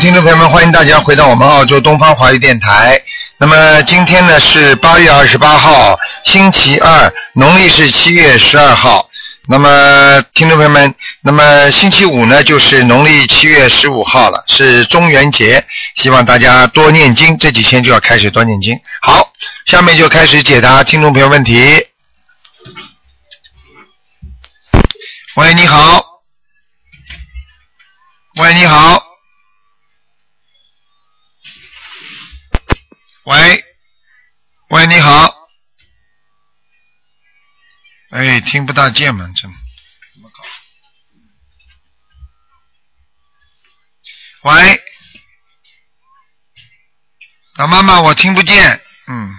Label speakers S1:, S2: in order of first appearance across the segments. S1: 听众朋友们，欢迎大家回到我们澳洲东方华语电台。那么今天呢是八月二十八号，星期二，农历是七月十二号。那么听众朋友们，那么星期五呢就是农历七月十五号了，是中元节，希望大家多念经，这几天就要开始多念经。好，下面就开始解答听众朋友问题。喂，你好。喂，你好。喂，喂，你好。哎，听不大见嘛，这怎么搞？喂，老妈妈，我听不见。嗯，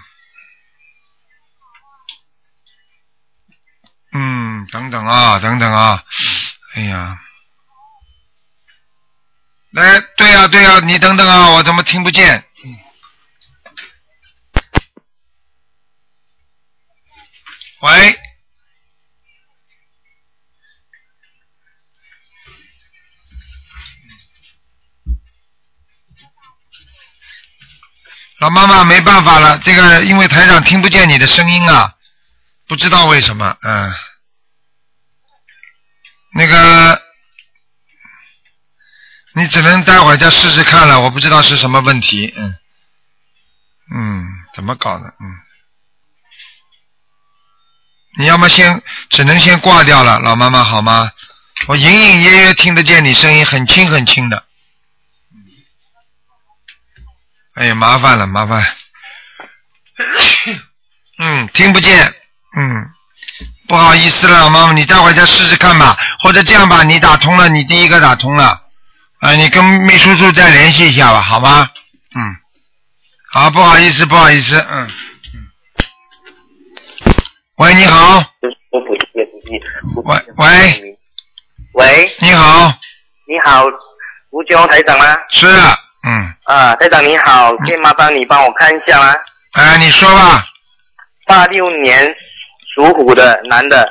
S1: 嗯，等等啊，等等啊，哎呀。哎，对呀、对呀、你等等啊，我怎么听不见？喂，老妈妈没办法了，这个因为台长听不见你的声音啊，不知道为什么，嗯，那个你只能待会儿再试试看了，我不知道是什么问题，嗯，嗯，怎么搞的，嗯。你要么先只能先挂掉了，老妈妈好吗？我隐隐约约听得见你声音，很轻很轻的。哎呀，麻烦了，麻烦。嗯，听不见。嗯，不好意思了，老妈妈，你待会儿再试试看吧，或者这样吧，你打通了，你第一个打通了，啊，你跟秘书处再联系一下吧，好吗？嗯，好，不好意思，不好意思，嗯。喂，你好。
S2: 就是我不也不记。
S1: 喂喂，
S2: 喂，
S1: 你好，
S2: 你好，吴军台长吗？
S1: 是，嗯，
S2: 啊，台长你好，可以麻烦你帮我看一下吗？
S1: 哎，你说吧，
S2: 八六年属虎的男的，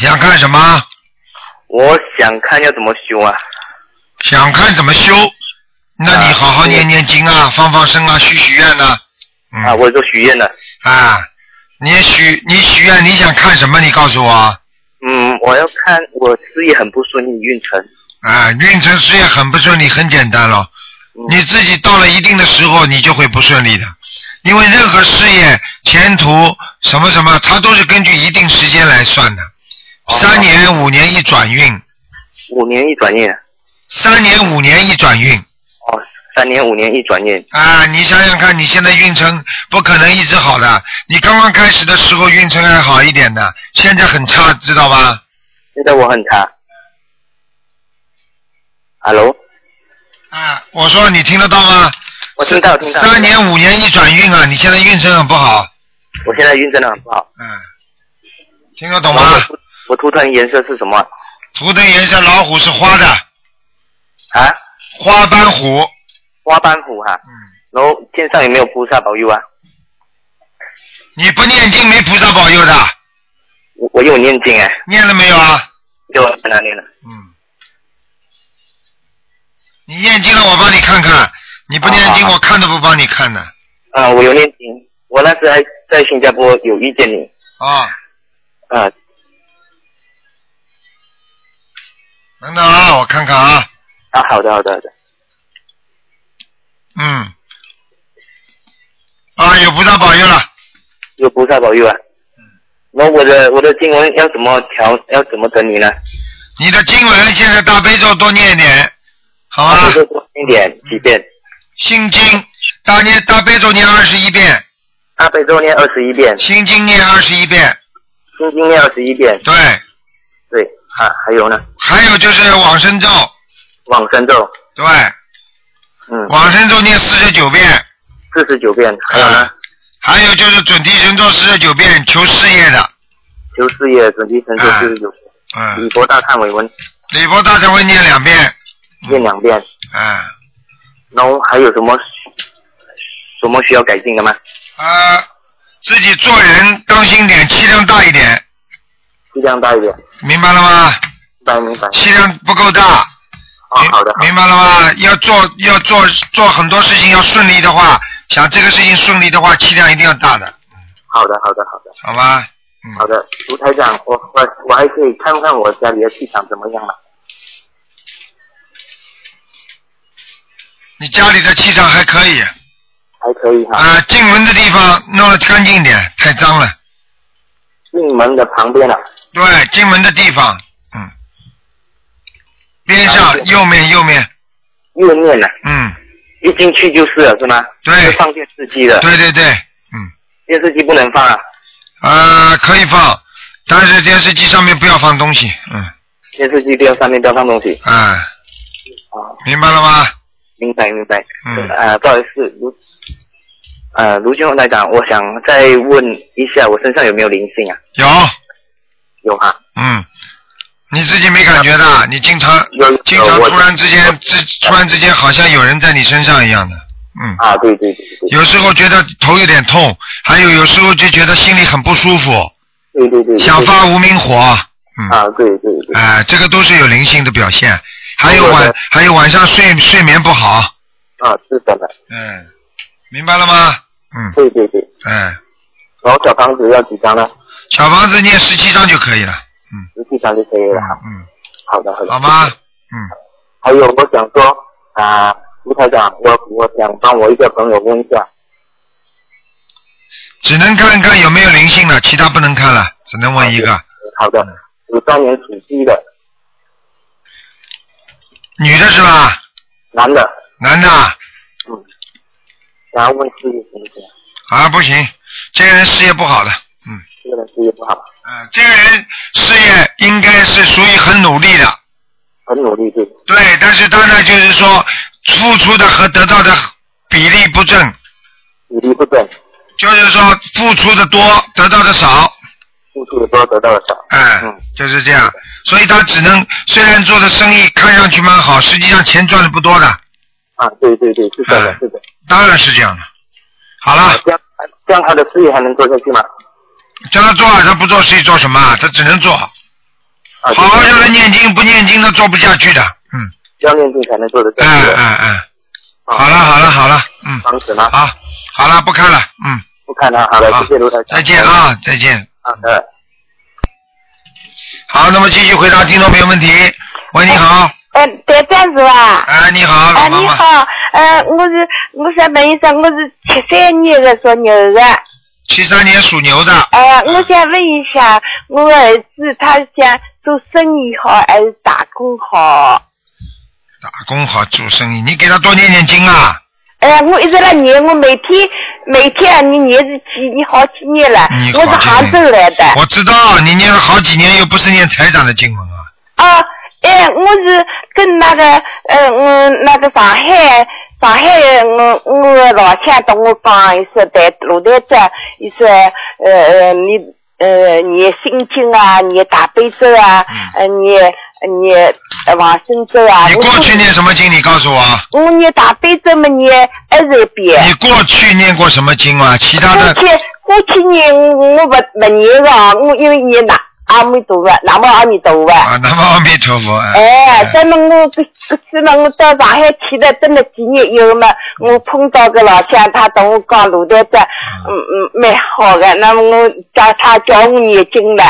S1: 想看什么？
S2: 我想看要怎么修啊？
S1: 想看怎么修？那你好好念念经啊，放放生啊，许许愿呐、嗯
S2: 啊，我也做许愿了。
S1: 啊，你许你许愿，你想看什么？你告诉我。
S2: 嗯，我要看我事业很不顺利，运程。
S1: 啊，运程事业很不顺利，很简单咯。
S2: 嗯
S1: 你自己到了一定的时候，你就会不顺利的，因为任何事业、前途什么什么，它都是根据一定时间来算的，
S2: 哦
S1: 三年、五年一转运，
S2: 五年一转运，
S1: 三年、五年一转运。
S2: 哦，三年五年一转运，
S1: 啊，你想想看，你现在运程不可能一直好的，你刚刚开始的时候运程还好一点的，现在很差，知道吧？
S2: 现在我很差。Hello，
S1: 啊，我说你听得到吗？
S2: 我听到听到。
S1: 三，年五年一转运啊，你现在运程很不好，
S2: 我现在运真的很不好。
S1: 嗯，听得懂吗？
S2: 我图我图腾颜色是什么啊？
S1: 图腾颜色老虎是花的，
S2: 啊，
S1: 花斑虎，
S2: 花斑虎哈、
S1: 嗯，
S2: 然后天上有没有菩萨保佑啊？
S1: 你不念经没菩萨保佑的，
S2: 我我有念经哎，
S1: 念了没有啊？
S2: 有在哪里了？
S1: 嗯，你念经了，我帮你看看，你不念经，
S2: 好好好
S1: 我看都不帮你看的
S2: 啊，我有念经，我那时还在新加坡有遇见你
S1: 啊。
S2: 啊，
S1: 等等啊，我看看啊，
S2: 啊，好的好的好的，
S1: 嗯，啊，有菩萨保佑了，嗯
S2: 有菩萨保佑啊。然后我的我的经文要怎么调，要怎么整理呢？
S1: 你的经文现在大悲咒多念一点，好吧
S2: 就？是多念一点几遍，
S1: 心经大念大悲咒念二十一遍，
S2: 大悲咒念二十一遍，
S1: 心经念二十一遍，
S2: 心经念二十一遍，
S1: 对，
S2: 对啊，还有呢，
S1: 还有就是往生咒，
S2: 往生咒，
S1: 对，
S2: 嗯，
S1: 往生咒念四十九遍，
S2: 四十九遍，还有呢
S1: 啊，还有就是准提神咒四十九遍，求事业的，
S2: 求事业准提神咒四十九，
S1: 嗯
S2: 礼，佛大忏悔文
S1: 礼佛大忏悔念两遍，
S2: 念两遍。
S1: 啊，
S2: 然后还有什么什么需要改进的吗？
S1: 啊，自己做人当心点，气量大一点。
S2: 力量大一点，
S1: 明白了吗？
S2: 明白明白。
S1: 气量不够大，
S2: 哦，嗯好的，好
S1: 明白了吗？要做要做做很多事情要顺利的话，想这个事情顺利的话，气量一定要大的，
S2: 好的，好的，好的，
S1: 好吧？嗯，
S2: 好的。卢台长，我我我还可以看看我家里的气场怎么样了。
S1: 你家里的气场还可以，
S2: 还可以哈。
S1: 啊，进门的地方弄得干净一点，太脏了。
S2: 进门的旁边啊，
S1: 对，进门的地方，嗯，边
S2: 哪
S1: 上
S2: 里
S1: 右面右面，
S2: 右面啊，
S1: 嗯，
S2: 一进去就是了，是吗？
S1: 对
S2: 是放电视机的，
S1: 对对对，嗯，
S2: 电视机不能放啊，
S1: 呃，可以放，但是电视机上面不要放东西，嗯，
S2: 电视机不要上面不要放东西
S1: 啊、
S2: 啊。
S1: 明白了吗？
S2: 明白明白。
S1: 嗯
S2: 呃，不好意思，卢呃卢军宏台长，我想再问一下，我身上有没有灵性啊？
S1: 有，
S2: 有哈、啊。
S1: 嗯，你自己没感觉的，你经常
S2: 有有
S1: 经常
S2: 我
S1: 突然之间之突然之间好像有人在你身上一样的，嗯，
S2: 啊，对对对对
S1: 有时候觉得头有点痛，还有有时候就觉得心里很不舒服，
S2: 对对对。
S1: 想发无名火，嗯，
S2: 啊，对对对。
S1: 哎、这个都是有灵性的表现。还有
S2: 我
S1: 晚
S2: 的
S1: 还有晚上睡睡眠不好，
S2: 啊，是真的。
S1: 嗯，明白了吗？嗯
S2: 对对对。
S1: 嗯，
S2: 然后小房子要几张呢？
S1: 小房子念十七章就可以了。
S2: 十七张就可以了。
S1: 嗯
S2: 好的好
S1: 嗯，
S2: 的。
S1: 好吗？？嗯，
S2: 还有我想说啊，卢台长，我我想帮我一个朋友问一下，
S1: 只能看看有没有灵性了，其他不能看了，只能问一
S2: 啊
S1: 个
S2: 好
S1: 嗯
S2: 的，有三年属鸡的
S1: 女的是吧？
S2: 男的，
S1: 男的啊
S2: 嗯，然后问事业行不行？
S1: 啊不行，这个人事业不好的，嗯，
S2: 这个人事业不好，
S1: 啊，这个人事业应该是属于很努力的，
S2: 很努力对。
S1: 对，但是他呢就是说付出的和得到的比例不正，
S2: 比例不准，
S1: 就是说付出的多，得到的少，
S2: 付出的多得到的少。
S1: 哎、
S2: 嗯
S1: 就是这样。所以他只能虽然做的生意看上去蛮好，实际上钱赚的不多的，
S2: 啊，对对对，是这样的
S1: 哎，
S2: 是的。
S1: 当然是这样的。好了，
S2: 这样这样他的事业还能做下去吗？
S1: 叫他做，他不做事做什么啊？他只能做，好
S2: 啊，
S1: 好
S2: 对
S1: 让他念经，不念经他做不下去的。嗯，
S2: 这样念经才能做得下
S1: 哎
S2: 去。
S1: 哎哎，
S2: 啊
S1: 好了好了好了，嗯，
S2: 房子吗？
S1: 好，好了不看了，嗯，
S2: 不看了，好了，
S1: 好
S2: 谢谢卢台长。
S1: 再见。啊，再见。
S2: 好的。
S1: 好，那么继续回答听众朋友问题。喂，你
S2: 哎
S1: 好，
S3: 呃，对，这样子吧。
S1: 哎，你好，
S3: 啊，
S1: 老妈
S3: 你
S1: 妈，
S3: 好，呃，我是我是本医生，我是七三年的属牛的。
S1: 七三年属牛的，
S3: 啊哎、
S1: 啊
S3: 我想问一下，我儿子他想做生意好还是打工好？
S1: 打工好做生意，你给他多念念经啊。
S3: 哎、我一直来念，我每天每天啊，你念是几？你好几年了
S1: 你，
S3: 我是
S1: 好几
S3: 杭州
S1: 年
S3: 来的。
S1: 我知道你念了好几年，又不是念台长的经文啊。
S3: 啊，哎，我是跟那个，呃，我那个上海，上海，我我老乡跟我讲，伊说台鲁台长，伊说，呃呃，你呃念心经啊，念大悲咒啊，呃念念呃往生咒啊。
S1: 嗯你
S3: 我
S1: 过去念什么经？你告诉我啊。
S3: 我念大悲咒么念二十遍。
S1: 你过去念过什么经啊？其他
S3: 过
S1: 的
S3: 去过去年我我不不念啊，我因为念南阿弥陀佛，南无阿弥陀佛。
S1: 啊，南无阿弥陀佛。
S3: 哎，真的，我这这次嘛，我到上海去了，真的几年以后嘛，我碰到个老乡，他跟我讲卢台长，嗯嗯，蛮好的。那么我叫他叫我念经了，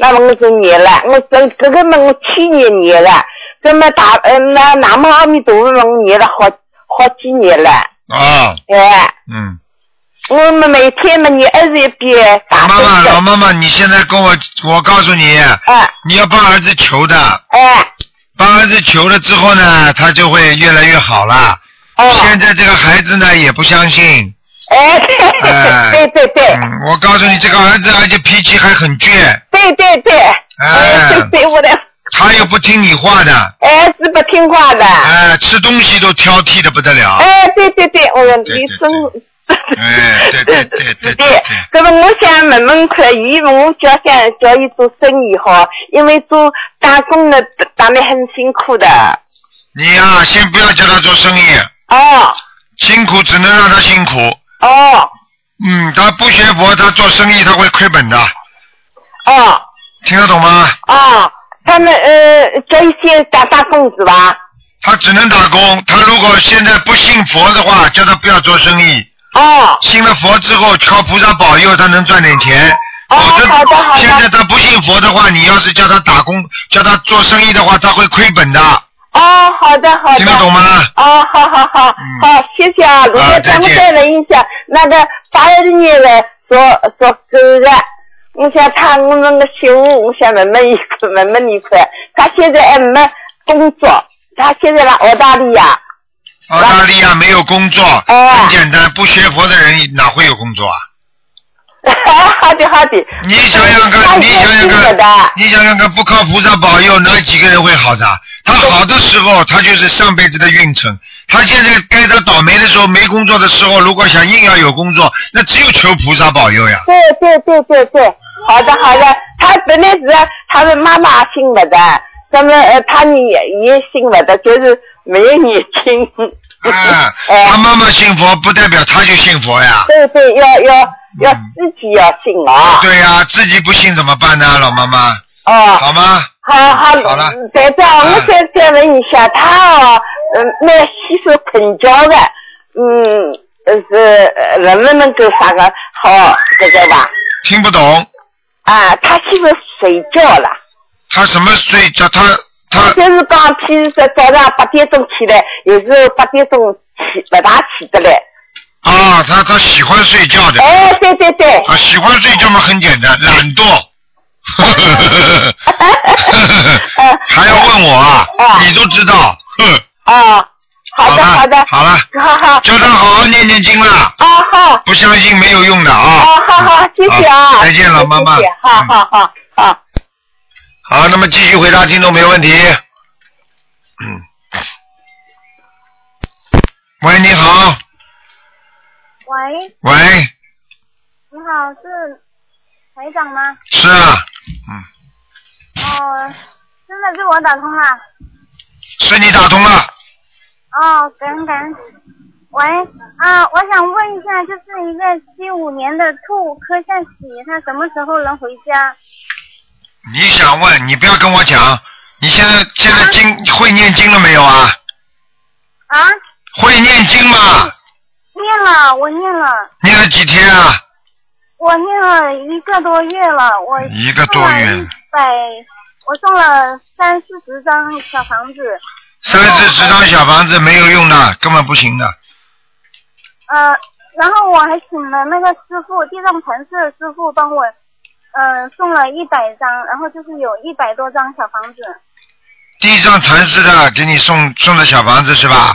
S3: 那么我就念了，我这这个嘛，我去年念了，这么大嗯那南无阿弥陀佛嘛，我念了好好几年了，
S1: 啊，
S3: 哎，
S1: 嗯，
S3: 我们每天嘛念二十一遍
S1: 老
S3: 大悲
S1: 妈妈，老
S3: 咒，
S1: 妈妈，你现在跟我，我告诉你，
S3: 哎
S1: 你要帮儿子求的，
S3: 哎
S1: 帮儿子求了之后呢，他就会越来越好了。
S3: 哎
S1: 现在这个孩子呢也不相信，
S3: 哎，
S1: 哎
S3: 对对对对。
S1: 嗯，我告诉你，这个儿子而且脾气还很倔，
S3: 对对对，哎，对对，我的，
S1: 他又不听你话的，
S3: 哎，是不听话的，
S1: 哎，吃东西都挑剔的不得了。
S3: 哎，对对对，我的
S1: 对
S3: 你
S1: 对
S3: 真
S1: 对。哎对对对对对对
S3: 对，那么我想问问看，伊我叫想叫伊做生意好，因为做打工的打得很辛苦的。
S1: 你呀、先不要叫他做生意，
S3: 哦
S1: 辛苦只能让他辛苦。
S3: 哦
S1: 嗯，他不学佛，他做生意他会亏本的，
S3: 哦
S1: 听得懂吗？
S3: 哦，他们呃叫伊先打打工是吧？
S1: 他只能打工。他如果现在不信佛的话，叫他不要做生意。
S3: 哦，
S1: 信了佛之后，靠菩萨保佑，他能赚点钱。
S3: 哦
S1: 否则
S3: 好的好的
S1: 现在他不信佛的话，你要是叫他打工，叫他做生意的话，他会亏本的。
S3: 哦，好的，好的。
S1: 听得懂吗？
S3: 哦，好好好，
S1: 嗯
S3: 好，谢谢啊，卢
S1: 啊再
S3: 台长，我
S1: 见
S3: 再问一下，那个八二年的属属狗的，我想他我那个媳妇，我想问问一个，问问你看，他现在还没工作，他现在在澳大利亚，
S1: 澳大利亚没有工作，
S3: 哎
S1: 很简单，不学佛的人哪会有工作啊？
S3: 好的好的，
S1: 你想想
S3: 他
S1: 看，你想想
S3: 现在是的
S1: 看，你想想看，不靠菩萨保佑，哪几个人会好的？他好的时候，他就是上辈子的运程。他现在该他倒霉的时候，没工作的时候，如果想硬要有工作，那只有求菩萨保佑呀。
S3: 对对对对对，好的好的，他本来是他的妈妈信不得，咱们呃他女也信不得，就是没有年轻。
S1: 啊，
S3: 哎
S1: 他妈妈信佛，不代表他就信佛呀。
S3: 对对，要要要自己要信啊。
S1: 嗯哦对呀、自己不信怎么办呢，老妈妈？
S3: 哦，
S1: 好吗？
S3: 好好
S1: 好了
S3: 台长，
S1: 嗯
S3: 我再再问一下，他哦，嗯，那吸收肯教的，嗯，呃是呃能不能够啥个好这个吧？
S1: 听不懂，
S3: 啊，他吸收睡觉了。
S1: 他什么睡觉？他他
S3: 就是讲，譬如说早上八点钟起来，有时候八点钟起不大起得来。
S1: 啊，他他喜欢睡觉的。
S3: 哎，对对对，
S1: 啊，喜欢睡觉嘛，很简单，懒惰。 还要问我啊？
S3: 啊
S1: 你都知道。哼
S3: 哦，好的
S1: 了
S3: 好的，
S1: 好了，
S3: 好好，
S1: 叫他好好念念经啦，
S3: 啊好，
S1: 不相信没有用的
S3: 啊
S1: 啊。
S3: 好好，谢谢啊，
S1: 好再见了妈妈
S3: 谢谢，好
S1: 嗯
S3: 好好好。
S1: 好，那么继续回答听众没问题。嗯。喂，你好。
S4: 喂，
S1: 喂，
S4: 你好，是台长吗？
S1: 是啊，
S4: 哦，真的是我打通了。
S1: 是你打通了。
S4: 哦，感恩感恩。喂，啊，我想问一下，就是一个七五年的兔柯向喜，他什么时候能回家？
S1: 你想问，你不要跟我讲。你现在现在经会念经了没有啊？
S4: 啊，
S1: 会念经吗？
S4: 念了，我念了，
S1: 念了几天啊？
S4: 我念了一个多月了，我
S1: 哦一个多月
S4: 百，我送了三四十张小房子，
S1: 三四十张小房子没有用的，根本不行的。
S4: 呃，然后我还请了那个师傅，地藏禅寺的师傅帮我，嗯、送了一百张，然后就是有一百多张小房子。
S1: 地藏禅师的给你送送的小房子是吧？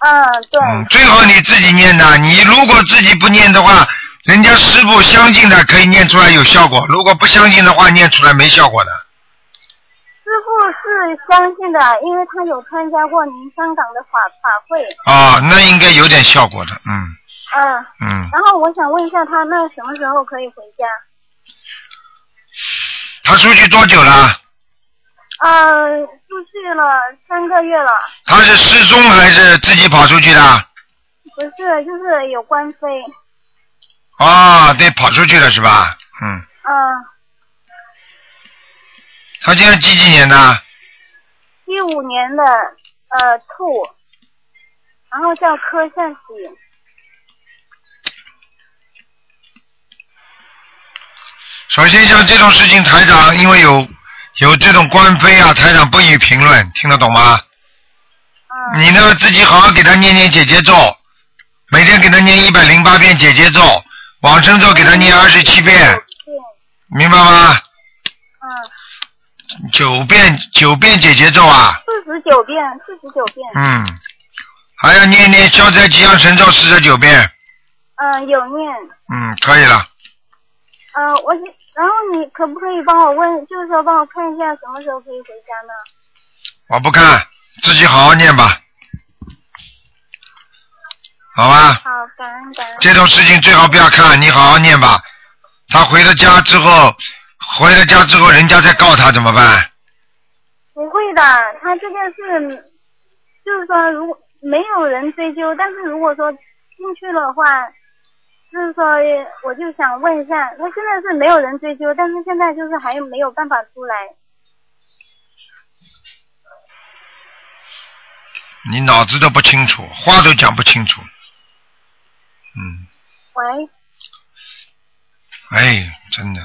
S4: 嗯、对，
S1: 嗯，最好你自己念的。你如果自己不念的话，人家师傅相信的可以念出来有效果，如果不相信的话，念出来没效果的。
S4: 师傅是相信的，因为他有参加过您香港的法法会。
S1: 啊、那应该有点效果的。嗯
S4: 嗯、
S1: 嗯，
S4: 然后我想问一下他，那什么时候可以回家？
S1: 他出去多久了？
S4: 呃，出去了三个月了，
S1: 他是失踪还是自己跑出去的？
S4: 不是，就是有官非。
S1: 啊，对，跑出去了是吧？嗯，
S4: 嗯、
S1: 他现在几几年的？
S4: 一五年的呃兔，然后叫柯向喜。
S1: 首先像这种事情，台长因为有有这种官非啊，台长不予评论，听得懂吗？
S4: 嗯
S1: 你呢自己好好给他念念姐姐咒，每天给他念一百零八遍姐姐咒，往生咒给他念二十七遍，明白吗？
S4: 嗯，
S1: 九遍九遍姐姐咒啊，
S4: 四十九遍，四十九遍。
S1: 嗯，还要念念消灾吉祥神咒四十九遍，
S4: 嗯，有念。
S1: 嗯，可以了。
S4: 呃，我想，然后你可不可以帮我问，就是说帮我看一下什么时候可以回家呢？
S1: 我不看，自己好好念吧，好吧？
S4: 好，感恩感恩。
S1: 这种事情最好不要看，你好好念吧。他回了家之后，回了家之后，人家再告他怎么办？
S4: 不会的，他这个是，就是说如果没有人追究，但是如果说进去了的话，就是说我就想问一下，他现在是没有人追究，但是现在就是还没有办法出来。
S1: 你脑子都不清楚，话都讲不清楚。嗯，
S4: 喂，
S1: 哎，真的，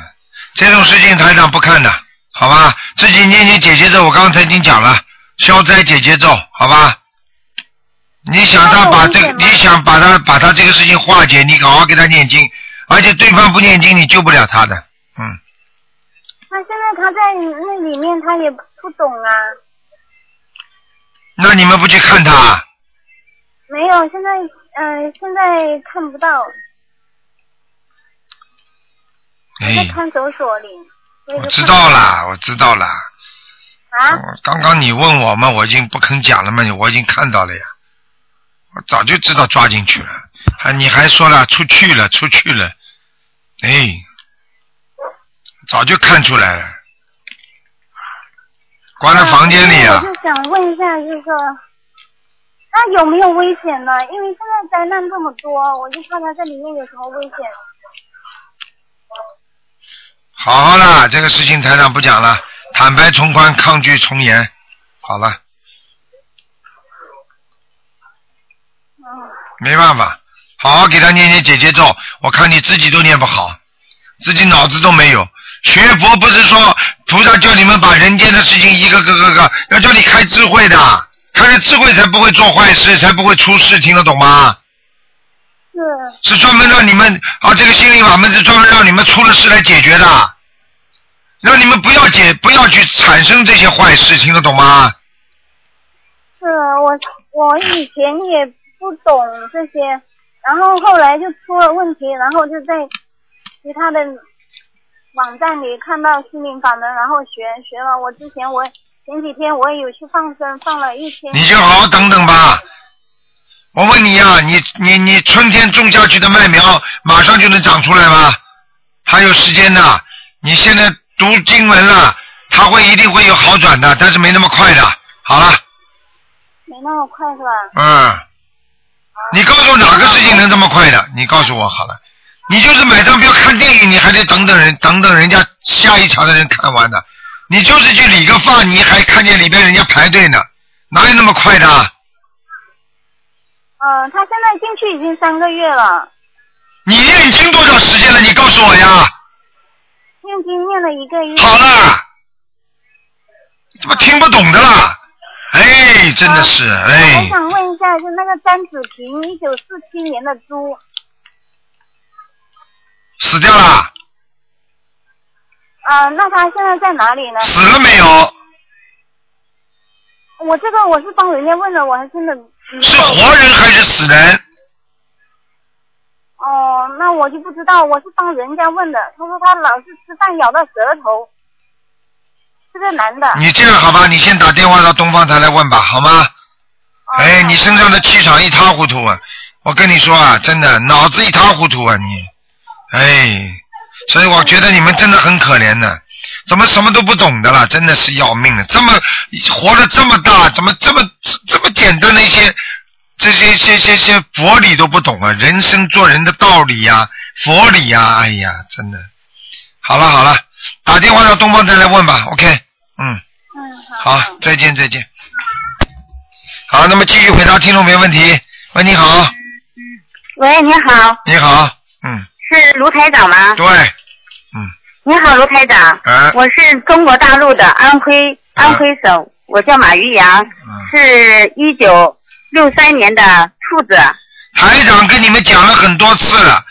S1: 这种事情台长不看的，好吧？自己念念解结咒，我刚才已经讲了，消灾解结咒，好吧？你想他把这个，
S4: 那我理解
S1: 你
S4: 吗
S1: 想把他把他这个事情化解，你好好给他念经，而且对方不念经，你救不了他的。嗯，
S4: 那现在他在那里面，他也不懂啊。
S1: 那你们不去看他啊？
S4: 没有，现在嗯、现在看不到，在
S1: 哎，
S4: 看守所里。所以就
S1: 我知
S4: 看不
S1: 道
S4: 到
S1: 啦，我知道啦。
S4: 啊，
S1: 我刚刚你问我嘛，我已经不肯讲了嘛，我已经看到了呀，我早就知道抓进去了，还你还说了出去了，出去了，哎，早就看出来了，关在房间里啊
S4: 我，就想问一下，就是说，那有没有危险呢？因为现在灾难这么多，我就怕他这里面有什么危险。
S1: 好好啦，这个事情台长不讲了，坦白从宽，抗拒从严，好了，
S4: 嗯，
S1: 没办法，好好给他念念姐姐咒，我看你自己都念不好，自己脑子都没有。学佛不是说菩萨叫你们把人间的事情一个个个个，要叫你开智慧的，开了智慧才不会做坏事，才不会出事，听得懂吗？
S4: 是，
S1: 是专门让你们啊，这个心灵法门是专门让你们出了事来解决的，让你们不要解，不要去产生这些坏事，听得懂吗？
S4: 是我我以前也不懂这些，然后后来就出了问题，然后就在其他的网站里看到心灵法门，然后学学了。我之前我前几天我也有去放生，放了一天。
S1: 你就好好等等吧。我问你呀、你你你春天种下去的麦苗，马上就能长出来吗？它有时间的。你现在读经文了，它会一定会有好转的，但是没那么快的。好了，
S4: 没那么快是吧？
S1: 嗯，你告诉我哪个事情能这么快的？你告诉我好了。你就是买张票看电影，你还得等等人，等等人家下一场的人看完呢。你就是去理个发，你还看见里边人家排队呢，哪有那么快的？
S4: 嗯，他现在进去已经三个月了，
S1: 你念经多少时间了？你告诉我呀！
S4: 念经念了一个月。
S1: 好了，怎么听不懂的啦？哎，真的是
S4: 呃我
S1: 哎，
S4: 想问一下，就那个张子平，一九四七年的猪，
S1: 死掉了，
S4: 啊、那他现在在哪里呢？
S1: 死了没有？
S4: 我这个我是帮人家问的，我还真的没
S1: 是
S4: 有
S1: 活人还是死人？
S4: 哦，那我就不知道，我是帮人家问的。他说他老是吃饭咬到舌头，是个男的。
S1: 你这样好吧，你先打电话到东方台来问吧，好吗？
S4: 哦
S1: 哎，你身上的气场一塌糊涂啊！我跟你说啊，真的脑子一塌糊涂啊你，哎，所以我觉得你们真的很可怜的，怎么什么都不懂的啦，真的是要命的。这么活得这么大，怎么这么这么简单的一些这些些些些佛理都不懂啊？人生做人的道理呀、佛理呀、哎呀，真的。好了好了，打电话到东方台来问吧。OK，嗯。
S4: 嗯，
S1: 好，再见再见。好，那么继续回答听众朋友问题。喂，你好，
S5: 喂，你好，
S1: 你好，嗯，
S5: 是卢台长吗？
S1: 对，嗯，
S5: 你好，卢台长，
S1: 哎、
S5: 我是中国大陆的安徽
S1: 啊
S5: 安徽省，我叫马玉阳，
S1: 嗯，
S5: 是一九六三年的兔子。
S1: 台长跟你们讲了很多次了，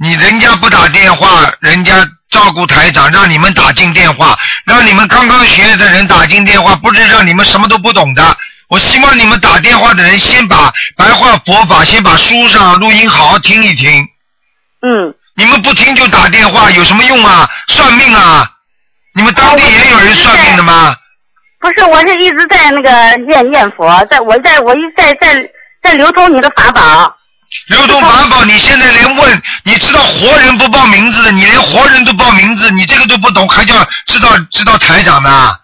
S1: 你人家不打电话，人家照顾台长，让你们打进电话，让你们刚刚学的人打进电话，不是让你们什么都不懂的。我希望你们打电话的人先把白话佛法，先把书上录音好好听一听。
S5: 嗯，
S1: 你们不听就打电话有什么用啊？算命啊！你们当地也有人算命的吗？
S5: 不是，我是一直在那个念念佛，在我在我一直在在在流通你的法宝。
S1: 刘通法宝，你现在连问，你知道活人不报名字的，你连活人都报名字，你这个都不懂，还叫知道知道台长啊呢？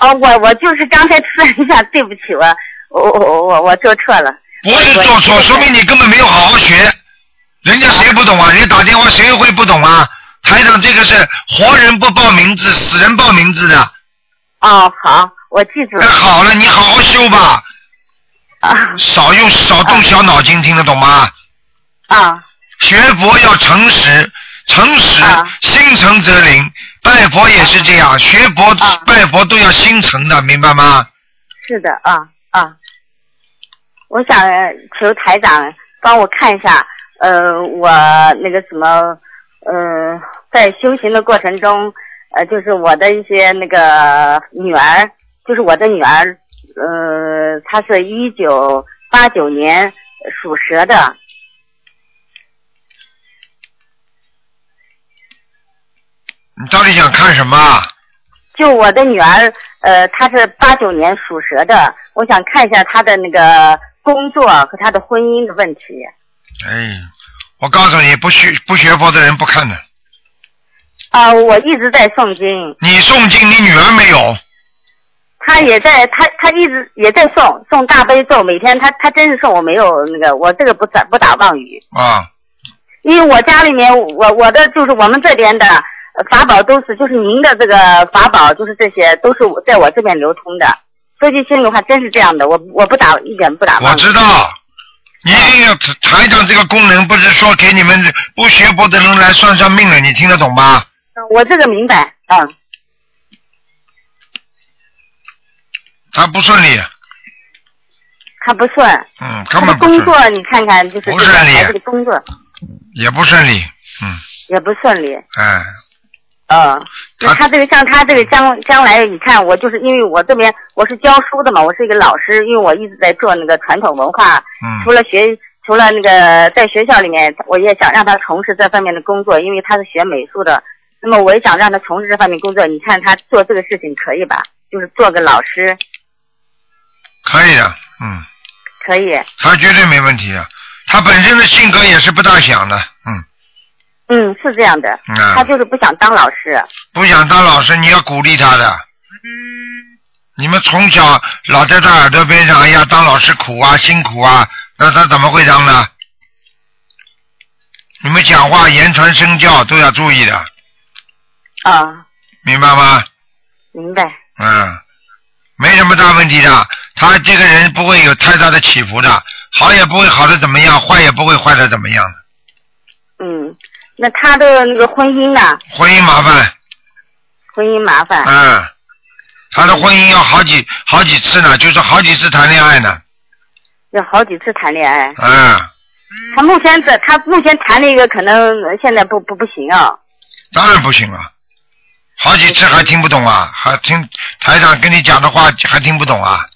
S5: 哦，我我就是刚才突然一下，对不起，我我我我我做错了。
S1: 不是做错，说明你根本没有好好学。人家谁不懂啊？人家打电话谁会不懂啊？台长，这个是活人不报名字，死人报名字的。
S5: 哦，好，我记住
S1: 哎，
S5: 了。
S1: 好了，你好好修吧。
S5: 啊
S1: 少用少动小脑筋，听得懂吗？
S5: 啊
S1: 学佛要诚实，诚实
S5: 啊
S1: 心诚则灵。拜佛也是这样，学佛、
S5: 啊
S1: 拜佛都要心诚的，明白吗？
S5: 是的啊啊，我想呃求台长帮我看一下，呃，我那个什么，呃，在修行的过程中，呃，就是我的一些那个女儿，就是我的女儿，呃，她是一九八九年属蛇的，
S1: 你到底想看什么啊？
S5: 就我的女儿，呃，她是八九年属蛇的，我想看一下她的那个工作和她的婚姻的问题。
S1: 哎，我告诉你，不学不学佛的人不看的。
S5: 啊、我一直在诵经，
S1: 你送进你女儿没有？
S5: 她也在，她她一直也在诵诵大悲咒，每天她她真是诵，我没有那个，我这个不打不打妄语，
S1: 啊，
S5: 因为我家里面我我的就是我们这边的呃法宝都是就是您的这个法宝就是这些都是我在我这边流通的。说句心里话，真是这样的，我我不打一点不打妄
S1: 我
S5: 语。
S1: 知道。你一定要台长这个功能，不是说给你们不学佛的人来算算命了，你听得懂吗？
S5: 我这个明白，嗯，
S1: 他不顺利，
S5: 他不顺，
S1: 嗯，
S5: 他
S1: 根
S5: 的
S1: 本不
S5: 工
S1: 顺，
S5: 作你看看，就是这
S1: 不
S5: 个
S1: 顺利
S5: 孩子的工作
S1: 也不顺利，嗯，
S5: 也不顺利，
S1: 哎，
S5: 嗯，那他这个像他这个将将来，你看我就是因为我这边我是教书的嘛，我是一个老师，因为我一直在做那个传统文化，除
S1: 嗯，
S5: 了学除了那个在学校里面，我也想让他从事这方面的工作，因为他是学美术的，那么我也想让他从事这方面工作。你看他做这个事情可以吧？就是做个老师
S1: 可以的，嗯，
S5: 可以，
S1: 他绝对没问题的。他本身的性格也是不大想的，嗯，
S5: 嗯，是这样的，
S1: 嗯
S5: 他就是不想当老师，
S1: 不想当老师，你要鼓励他的。你们从小老在他耳朵边上，哎呀，当老师苦啊，辛苦啊，那他怎么会当呢？你们讲话言传身教都要注意的，
S5: 啊、
S1: 明白吗？
S5: 明白，
S1: 嗯，没什么大问题的，他这个人不会有太大的起伏的，好也不会好的怎么样，坏也不会坏的怎么样的，
S5: 嗯，那他的那个婚姻呢？
S1: 婚姻麻烦，
S5: 婚姻麻烦，
S1: 嗯，他的婚姻要好几好几次呢，就是好几次谈恋爱呢，
S5: 有好几次谈恋爱。
S1: 嗯，
S5: 他目前在，他目前谈了一个，可能现在不不不行啊。
S1: 当然不行了，好几次还听不懂啊，还听台长跟你讲的话还听不懂啊，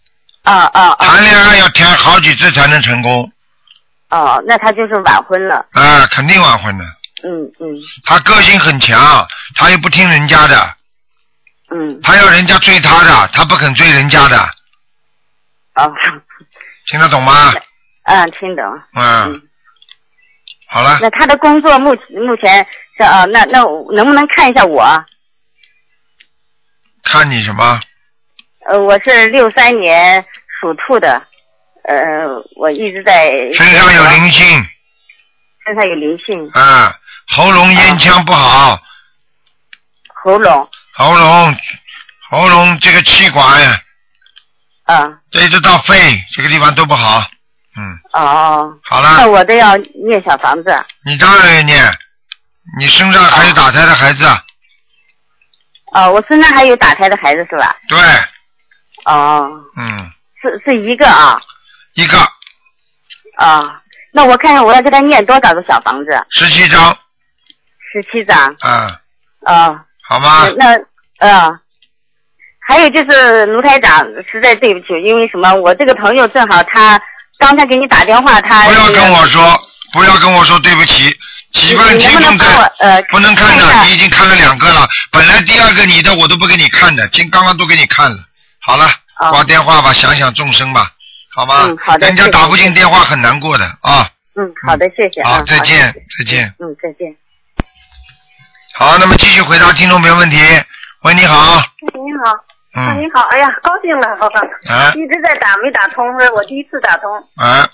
S5: 啊啊啊！
S1: 谈恋爱要谈好几次才能成功，
S5: 哦，那他就是晚婚了。
S1: 啊、肯定晚婚的，
S5: 嗯嗯
S1: 他个性很强，他又不听人家的，
S5: 嗯。
S1: 他要人家追他的，他不肯追人家的，
S5: 哦，
S1: 听得懂吗？
S5: 嗯，听懂。
S1: 嗯
S5: 嗯，
S1: 好了，
S5: 那他的工作目目前是啊，那那我能不能看一下我？啊
S1: 看你什么？
S5: 呃，我是六三年属兔的，呃，我一直在
S1: 身上有，灵性，
S5: 身上有灵性，
S1: 啊、喉咙咽腔不好，
S5: 喉咙
S1: 喉咙，喉咙这个气管，
S5: 啊
S1: 这一直到肺这个地方都不好。嗯，
S5: 哦，
S1: 好
S5: 那
S1: 了，
S5: 我都要念小房子。
S1: 你当然要念，你身上还有打胎的孩子，啊
S5: 哦，我身上还有打胎的孩子是吧？
S1: 对，
S5: 哦，
S1: 嗯，
S5: 是是一个啊
S1: 一个
S6: 哎
S5: 啊。那我看看我要给他念多少个小房子？
S1: 十七张，
S5: 十七张
S1: 啊、
S5: 啊。
S1: 好吗？
S5: 那呃，还有就是卢台长，实在对不起，因为什么？我这个朋友正好他刚才给你打电话，他
S1: 不要跟我说，不要跟我说对不起，
S5: 你
S1: 几万
S5: 你
S1: 听
S5: 能不能
S1: 众
S5: 帮我
S1: 在。
S5: 呃
S1: 不能看
S5: 一
S1: 的，
S5: 下
S1: 你已经看了两个了。本来第二个你的我都不给你看的，今刚刚都给你看了。好了，
S5: 哦
S1: 挂电话吧，想想众生吧，好吗？
S5: 嗯好的
S1: 人家
S5: 谢谢
S1: 打不进电话很难过的啊。
S5: 嗯，好的，谢谢啊。
S1: 好，再见
S5: 好的，
S1: 再见。
S5: 嗯，再见。
S1: 好，那么继续回答听众朋友问题。喂，你好。
S7: 哎你好，啊
S1: 嗯
S7: 你，好，哎呀，高兴了，好吧，
S1: 啊
S7: 一直在打没打通，是我第一次打通。
S1: 啊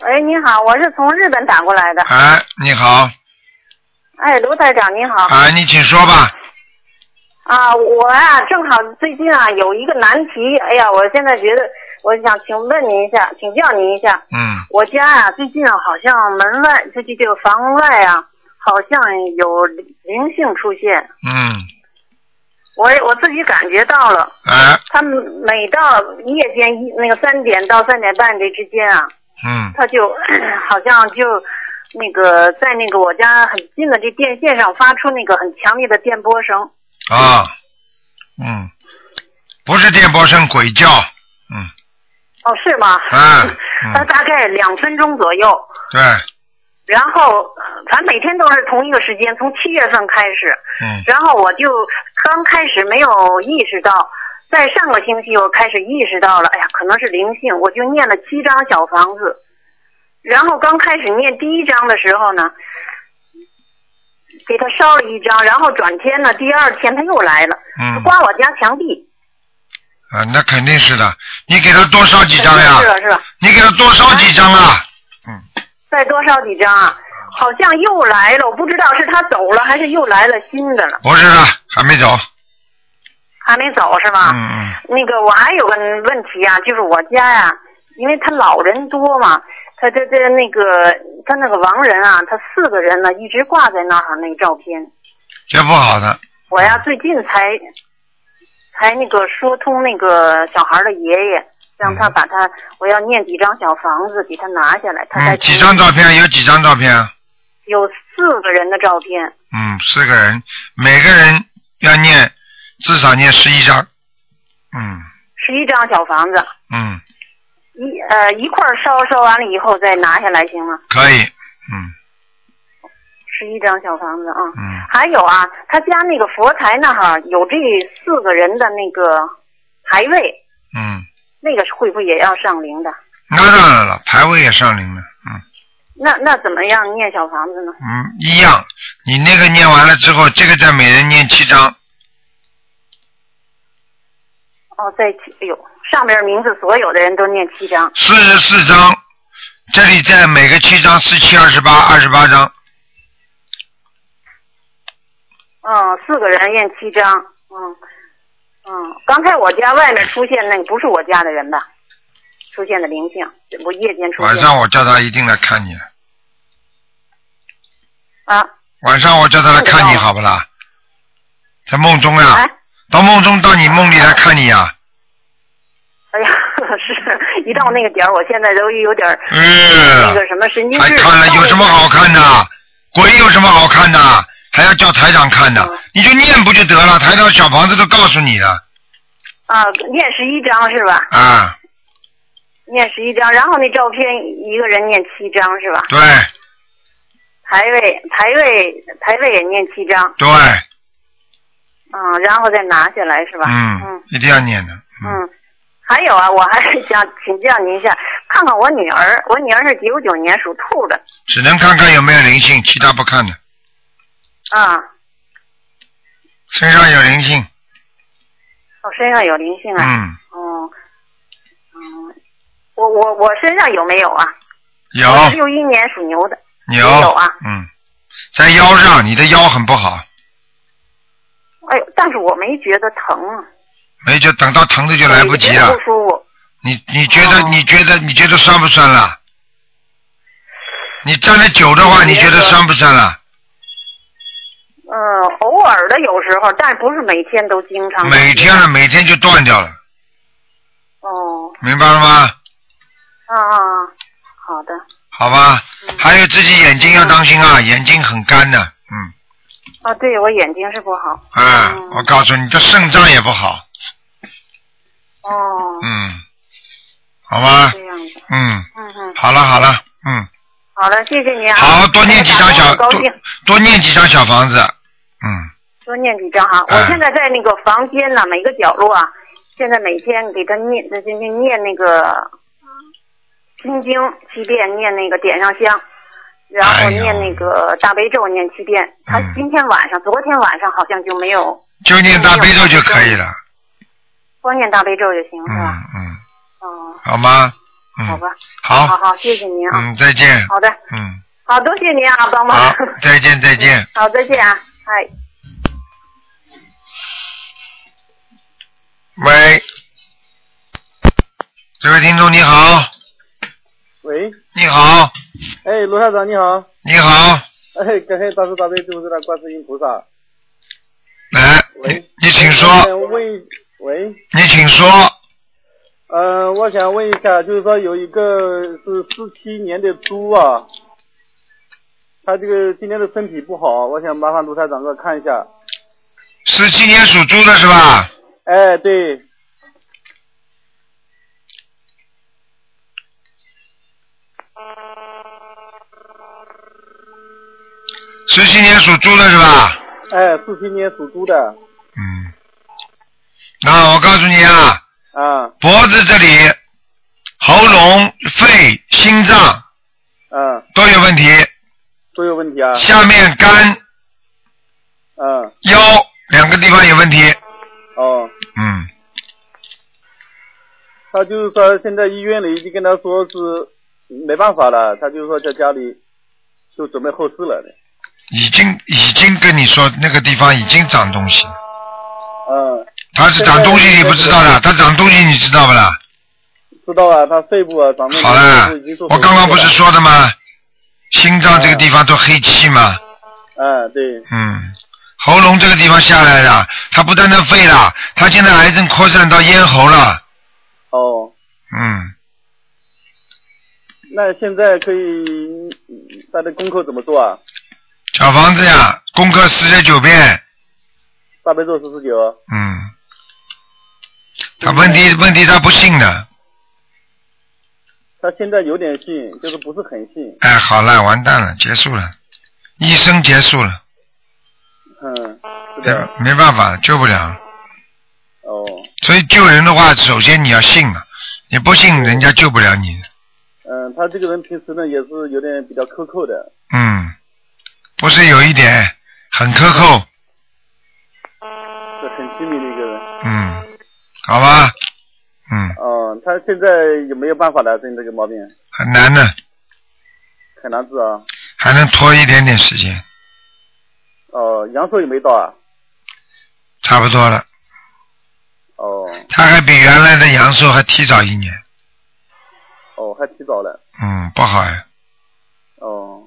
S7: 哎，你好，我是从日本打过来的。
S1: 啊，你好，
S7: 哎，卢台长你好，
S1: 啊，你请说吧。
S7: 啊，我啊正好最近啊有一个难题，哎呀，我现在觉得我想请问您一下，请教您一下，
S1: 嗯，
S7: 我家啊，最近好像门外，这这这个房外啊，好像有灵性出现。
S1: 嗯，
S7: 我我自己感觉到了，
S1: 哎，
S7: 他每到夜间一那个三点到三点半这之间啊，
S1: 嗯，
S7: 他就 好像就那个在那个我家很近的这电线上发出那个很强烈的电波声。
S1: 啊，嗯，不是电波声，鬼叫，嗯，
S7: 哦，是吗？
S1: 啊，
S7: 它
S1: 嗯，
S7: 大概两分钟左右，
S1: 对，
S7: 然后呃反正每天都是同一个时间，从七月份开始，
S1: 嗯，
S7: 然后我就刚开始没有意识到，在上个星期我开始意识到了，哎呀，可能是灵性，我就念了七张小房子。然后刚开始念第一章的时候呢，给他烧了一张，然后转天呢，第二天他又来了，
S1: 嗯，
S7: 刮我家墙壁，
S1: 啊，那肯定是的，你给他多烧几张呀
S7: 是，了嗯是了，
S1: 你给他多烧几张啊，
S7: 再多烧几张
S1: 嗯
S7: 啊，好像又来了，我不知道是他走了还是又来了新的了，
S1: 不是的，还没
S7: 啊
S1: 走，
S7: 还没走是吧？
S1: 嗯嗯，
S7: 那个我还有个问题啊，就是我家呀、因为他老人多嘛，他这这那个他那个亡人啊，他四个人呢一直挂在那儿那个照片，
S1: 这不好的，
S7: 我呀最近才才那个说通那个小孩的爷爷，让他把他我要念几张小房子给他拿下来，他才
S1: 嗯，几张照片？有几张照片啊？
S7: 有四个人的照片，
S1: 嗯，四个人，每个人要念至少念十一张。嗯
S7: 十一张小房子。
S1: 嗯，
S7: 一呃一块儿烧烧完了以后再拿下来行吗？
S1: 可以。嗯
S7: 十一张小房子啊。
S1: 嗯
S7: 还有啊，他家那个佛台那哈有这四个人的那个牌位，
S1: 嗯，
S7: 那个是会不会也要上灵的？
S1: 那当然了，排位也上灵了。嗯
S7: 那那怎么样念小房子呢？
S1: 嗯，一样。你那个念完了之后，这个再每人念七张。
S7: 哦，在七，哎呦，上边名字所有的人都念七张，
S1: 四十四张，这里在每个七张，四七二十八，二十八张。
S7: 嗯，四个人念七张，嗯嗯。刚才我家外面出现那个不是我家的人吧？出现的灵性，我夜间出
S1: 晚
S7: 现
S1: 上我叫他一定来看你，
S7: 啊，
S1: 晚上我叫他来看你，好不啦？在梦中啊，
S7: 哎，
S1: 到梦中到你梦里来看你呀、
S7: 哎呀，是一到那个点儿，我现在都有点儿
S1: 嗯。
S7: 那个什么神经
S1: 还
S7: 质。
S1: 看了有什么好看的？鬼有什么好看的？还要叫台长看的
S7: 嗯？
S1: 你就念不就得了？台长小房子都告诉你了
S7: 啊，念十一章是吧？
S1: 啊！
S7: 念十一章，然后那照片一个人念七章是吧？
S1: 对
S7: 排位排位排位也念七章，
S1: 对，
S7: 嗯，然后再拿下来是吧？
S1: 嗯
S7: 嗯，
S1: 一定要念的。嗯，
S7: 嗯。还有啊，我还是想请教您一下，看看我女儿，我女儿是九九年属兔的，
S1: 只能看看有没有灵性，其他不看的。
S7: 啊，
S1: 身上有灵性，
S7: 我、身上有灵性啊，
S1: 嗯，
S7: 嗯，嗯，我我我身上有没有啊？我是
S1: 有
S7: 六一年属牛的，有
S1: 有
S7: 啊，
S1: 嗯，在腰上，你的腰很不好，
S7: 哎呦，但是我没觉得疼啊，
S1: 没就等到疼的就来不及
S7: 我一
S1: 了
S7: 直不。舒服。
S1: 你你觉得
S7: 哦
S1: 你觉得你觉得酸不酸了？你站得久的话，
S7: 嗯
S1: 你觉得
S7: 那个
S1: 酸不酸了？
S7: 嗯，偶尔的有时候，但是不是每天都经常。
S1: 每天了，每天就断掉了，
S7: 哦，
S1: 明白了吗？
S7: 啊啊，好的。
S1: 好吧，
S7: 嗯
S1: 还有自己眼睛要当心啊，眼睛很干的，嗯，
S7: 哦，对我眼睛是不好。
S1: 啊，
S7: 嗯
S1: 我告诉你，这肾脏也不好，
S7: 哦，
S1: 嗯，好吧
S7: 这，样子。
S1: 嗯，
S7: 嗯嗯，
S1: 好了好了，嗯，
S7: 好了，谢谢您啊。
S1: 好多念几张小
S7: 我高兴，
S1: 多念几张小房子，嗯，
S7: 多念几张哈。我
S1: 哎
S7: 现在在那个房间呢、每个角落啊，现在每天给他念，那就念念那个心经七遍，念那个点上香。然后
S1: 哎呦
S7: 念那个大悲咒，念七遍。他
S1: 嗯
S7: 今天晚上、昨天晚上好像就没有
S1: 就念大悲咒就可以了，
S7: 光念大悲咒就行，是
S1: 嗯
S7: 吧？
S1: 嗯，
S7: 哦，
S1: 好吗？
S7: 好
S1: 嗯，
S7: 吧，好
S1: 好，
S7: 好，谢谢您啊，
S1: 嗯，再见，
S7: 好的，
S1: 嗯，
S7: 好，多谢您啊，帮忙，
S1: 好，再见再见。
S7: 好，再见啊，哎。
S1: 喂，这位听众你好，
S8: 喂，
S1: 你好，
S8: 哎，罗校长你好，
S1: 你好，
S8: 哎，感谢大慈大悲救苦救难观世音菩萨。
S1: 来，
S8: 喂
S1: 哎你你请
S8: 我
S1: 说，
S8: 想问一，喂，
S1: 你请说，
S8: 呃，我想问一下，就是说有一个是四七年的猪啊，他这个今天的身体不好，我想麻烦卢台长给我看一下。
S1: 十七年属猪的是吧？
S8: 哎，对，
S1: 十七年属猪的是吧？
S8: 哎，四七年属猪的
S1: 嗯，那我告诉你啊，
S8: 啊，
S1: 脖子这里、喉咙、肺、心脏
S8: 嗯，
S1: 都有问题，
S8: 都有问题啊，
S1: 下面肝、
S8: 嗯，
S1: 腰两个地方有问题。
S8: 哦，
S1: 嗯，
S8: 他就是说现在医院里已经跟他说是没办法了，他就是说在家里就准备后事了。
S1: 已经已经跟你说那个地方已经长东西了，
S8: 嗯，
S1: 它是长东西你不知道的，它长东西你知道不啦？
S8: 知道啊，他肺部啊，咱们
S1: 好了
S8: 已经做，手术
S1: 我刚刚不是
S8: 了，
S1: 说的吗？心脏这个地方都黑气嘛，
S8: 嗯，对，
S1: 嗯，喉咙这个地方下来了，它不单单肺了，它现在癌症扩散到咽喉了，
S8: 哦，
S1: 嗯。
S8: 那现在可以嗯他的功课怎么做啊？
S1: 小房子呀，功课四十九遍，
S8: 大悲咒四十九，
S1: 嗯，他问题问题他不信的，
S8: 他现在有点信，就是不是很信，
S1: 哎，好了，完蛋了，结束了，一生结束了，
S8: 嗯，是
S1: 对
S8: 的，，
S1: 没办法了，救不了了，
S8: 哦，
S1: 所以救人的话，首先你要信啊，你不信人家救不了你，
S8: 嗯，他这个人平时呢也是有点比较苛刻的，
S1: 嗯，不是有一点很苛刻，
S8: 是很精明的一个人，
S1: 嗯，好吧，嗯，
S8: 哦，他现在有没有办法了？针这个毛病
S1: 很难的，
S8: 很难治啊，
S1: 还能拖一点点时间，
S8: 哦，阳寿也没到啊，
S1: 差不多了，
S8: 哦，
S1: 他还比原来的阳寿还提早一年，
S8: 哦，还提早了，
S1: 嗯，不好呀。
S8: 哦。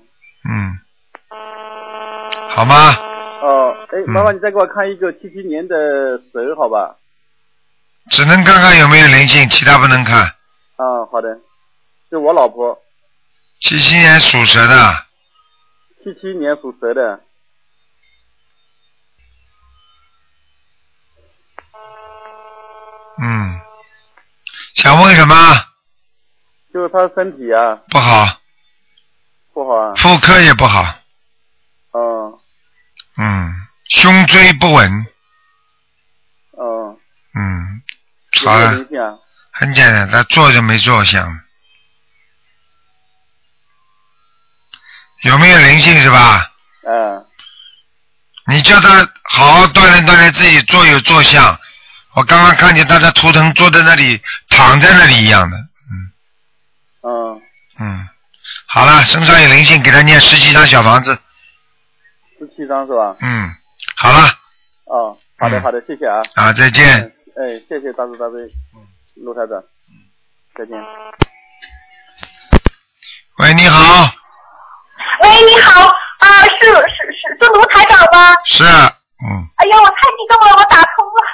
S1: 嗯，好吗？
S8: 哦，哎，
S1: 嗯
S8: 麻烦你再给我看一个七七年的蛇，好吧？
S1: 只能看看有没有灵性，其他不能看。
S8: 啊，好的，是我老婆，
S1: 七七年属蛇的，
S8: 七七年属蛇的，
S1: 嗯，想问什么？
S8: 就是她身体啊
S1: 不好，
S8: 不好啊，
S1: 妇科也不好，
S8: 嗯
S1: 嗯，胸椎不稳，
S8: 嗯，
S1: 嗯，
S8: 有
S1: 好
S8: 没有
S1: 了
S8: 灵，性啊？
S1: 很简单，他坐着没坐相。有没有灵性是吧？
S8: 嗯，
S1: 你叫他好好锻炼锻炼自己坐有坐相。我刚刚看见他的图腾坐在那里，躺在那里一样的。
S8: 嗯，
S1: 嗯，好了，身上有灵性，给他念十七张小房子。
S8: 十七张是吧？
S1: 嗯，好了，
S8: 哦，好的
S1: 嗯
S8: 好的，谢谢啊，
S1: 啊，再见。
S8: 嗯，哎，谢谢大慈大悲，陆台长，再见。
S1: 喂，你好，
S9: 喂，你好，啊，是是是，是卢台长吗？
S1: 是，嗯，
S9: 哎呀，我太激动了，我打通了。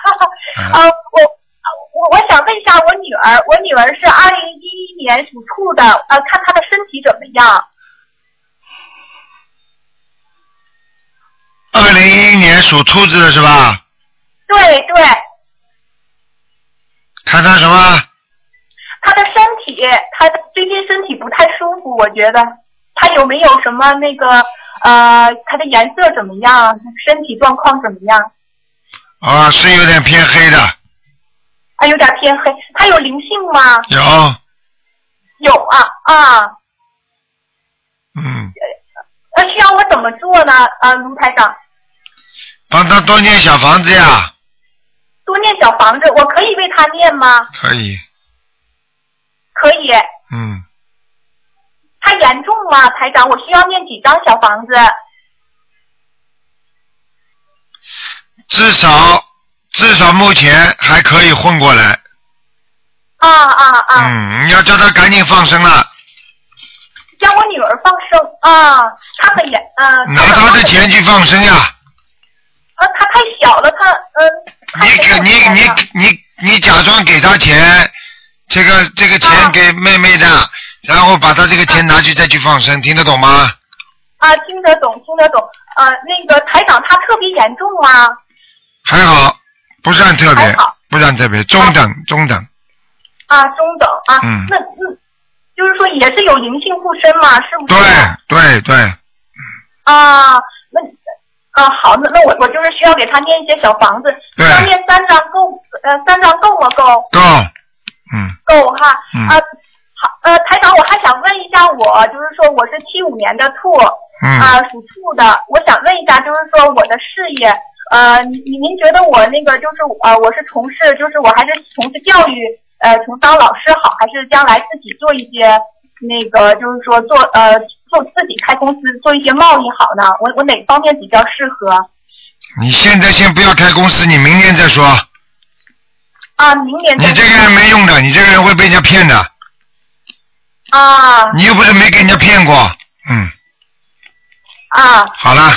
S1: 啊，
S9: 啊，我我我想问一下我女儿，我女儿是二零一一年属兔的，呃，看她的身体怎么样？
S1: 二零一一年属兔子的是吧？
S9: 对对，
S1: 看他什么？
S9: 她的身体，她最近身体不太舒服，我觉得她有没有什么那个呃，她的颜色怎么样？身体状况怎么样？
S1: 啊，是有点偏黑的，
S9: 啊，有点偏黑，她有灵性吗？
S1: 有，
S9: 有啊啊，
S1: 嗯，
S9: 那需要我怎么做呢？啊，卢台长。
S1: 帮他多念小房子呀，
S9: 多念小房子，我可以为他念吗？
S1: 可以，
S9: 可以。
S1: 嗯，
S9: 他严重吗，台长？我需要念几张小房子？
S1: 至少至少目前还可以混过来，
S9: 啊啊啊！
S1: 嗯，你要叫他赶紧放生了，
S9: 让我女儿放生啊，她很严啊。
S1: 拿他的钱去放生呀。
S9: 啊，她太小了，她嗯。她
S1: 你
S9: 没
S1: 给
S9: 有
S1: 你
S9: 钱
S1: 你
S9: 了
S1: 你你假装给他钱，这个这个钱给妹妹的，然后把他这个钱拿去再去放生，听得懂吗？
S9: 啊，听得懂，听得懂。呃，那个台长他特别严重吗？
S1: 还好，不算特别
S9: 还好，
S1: 不算特别，中等中等。
S9: 啊，中等啊，
S1: 嗯
S9: 那那就是说也是有灵性附身嘛，是不是？
S1: 对对对，
S9: 啊，那啊好，那那我我就是需要给他念一些小房子，
S1: 对
S9: 要念三张够，呃，三张够吗？够
S1: 够，嗯
S9: 够哈。
S1: 嗯
S9: 啊，好，呃，台长，我还想问一下我，就是说我是七五年的兔，
S1: 嗯，
S9: 啊，属兔的，我想问一下，就是说我的事业，呃，您您觉得我那个就是呃，我是从事就是我还是从事教育，呃，从当老师好，还是将来自己做一些那个就是说做呃做自己开公司做一些贸易好呢？我我哪方面比较适合？
S1: 你现在先不要开公司，你明年再说。
S9: 啊，明年再
S1: 你这个人没用的，你这个人会被人家骗的，
S9: 啊
S1: 你又不是没给人家骗过。嗯，
S9: 啊
S1: 好了，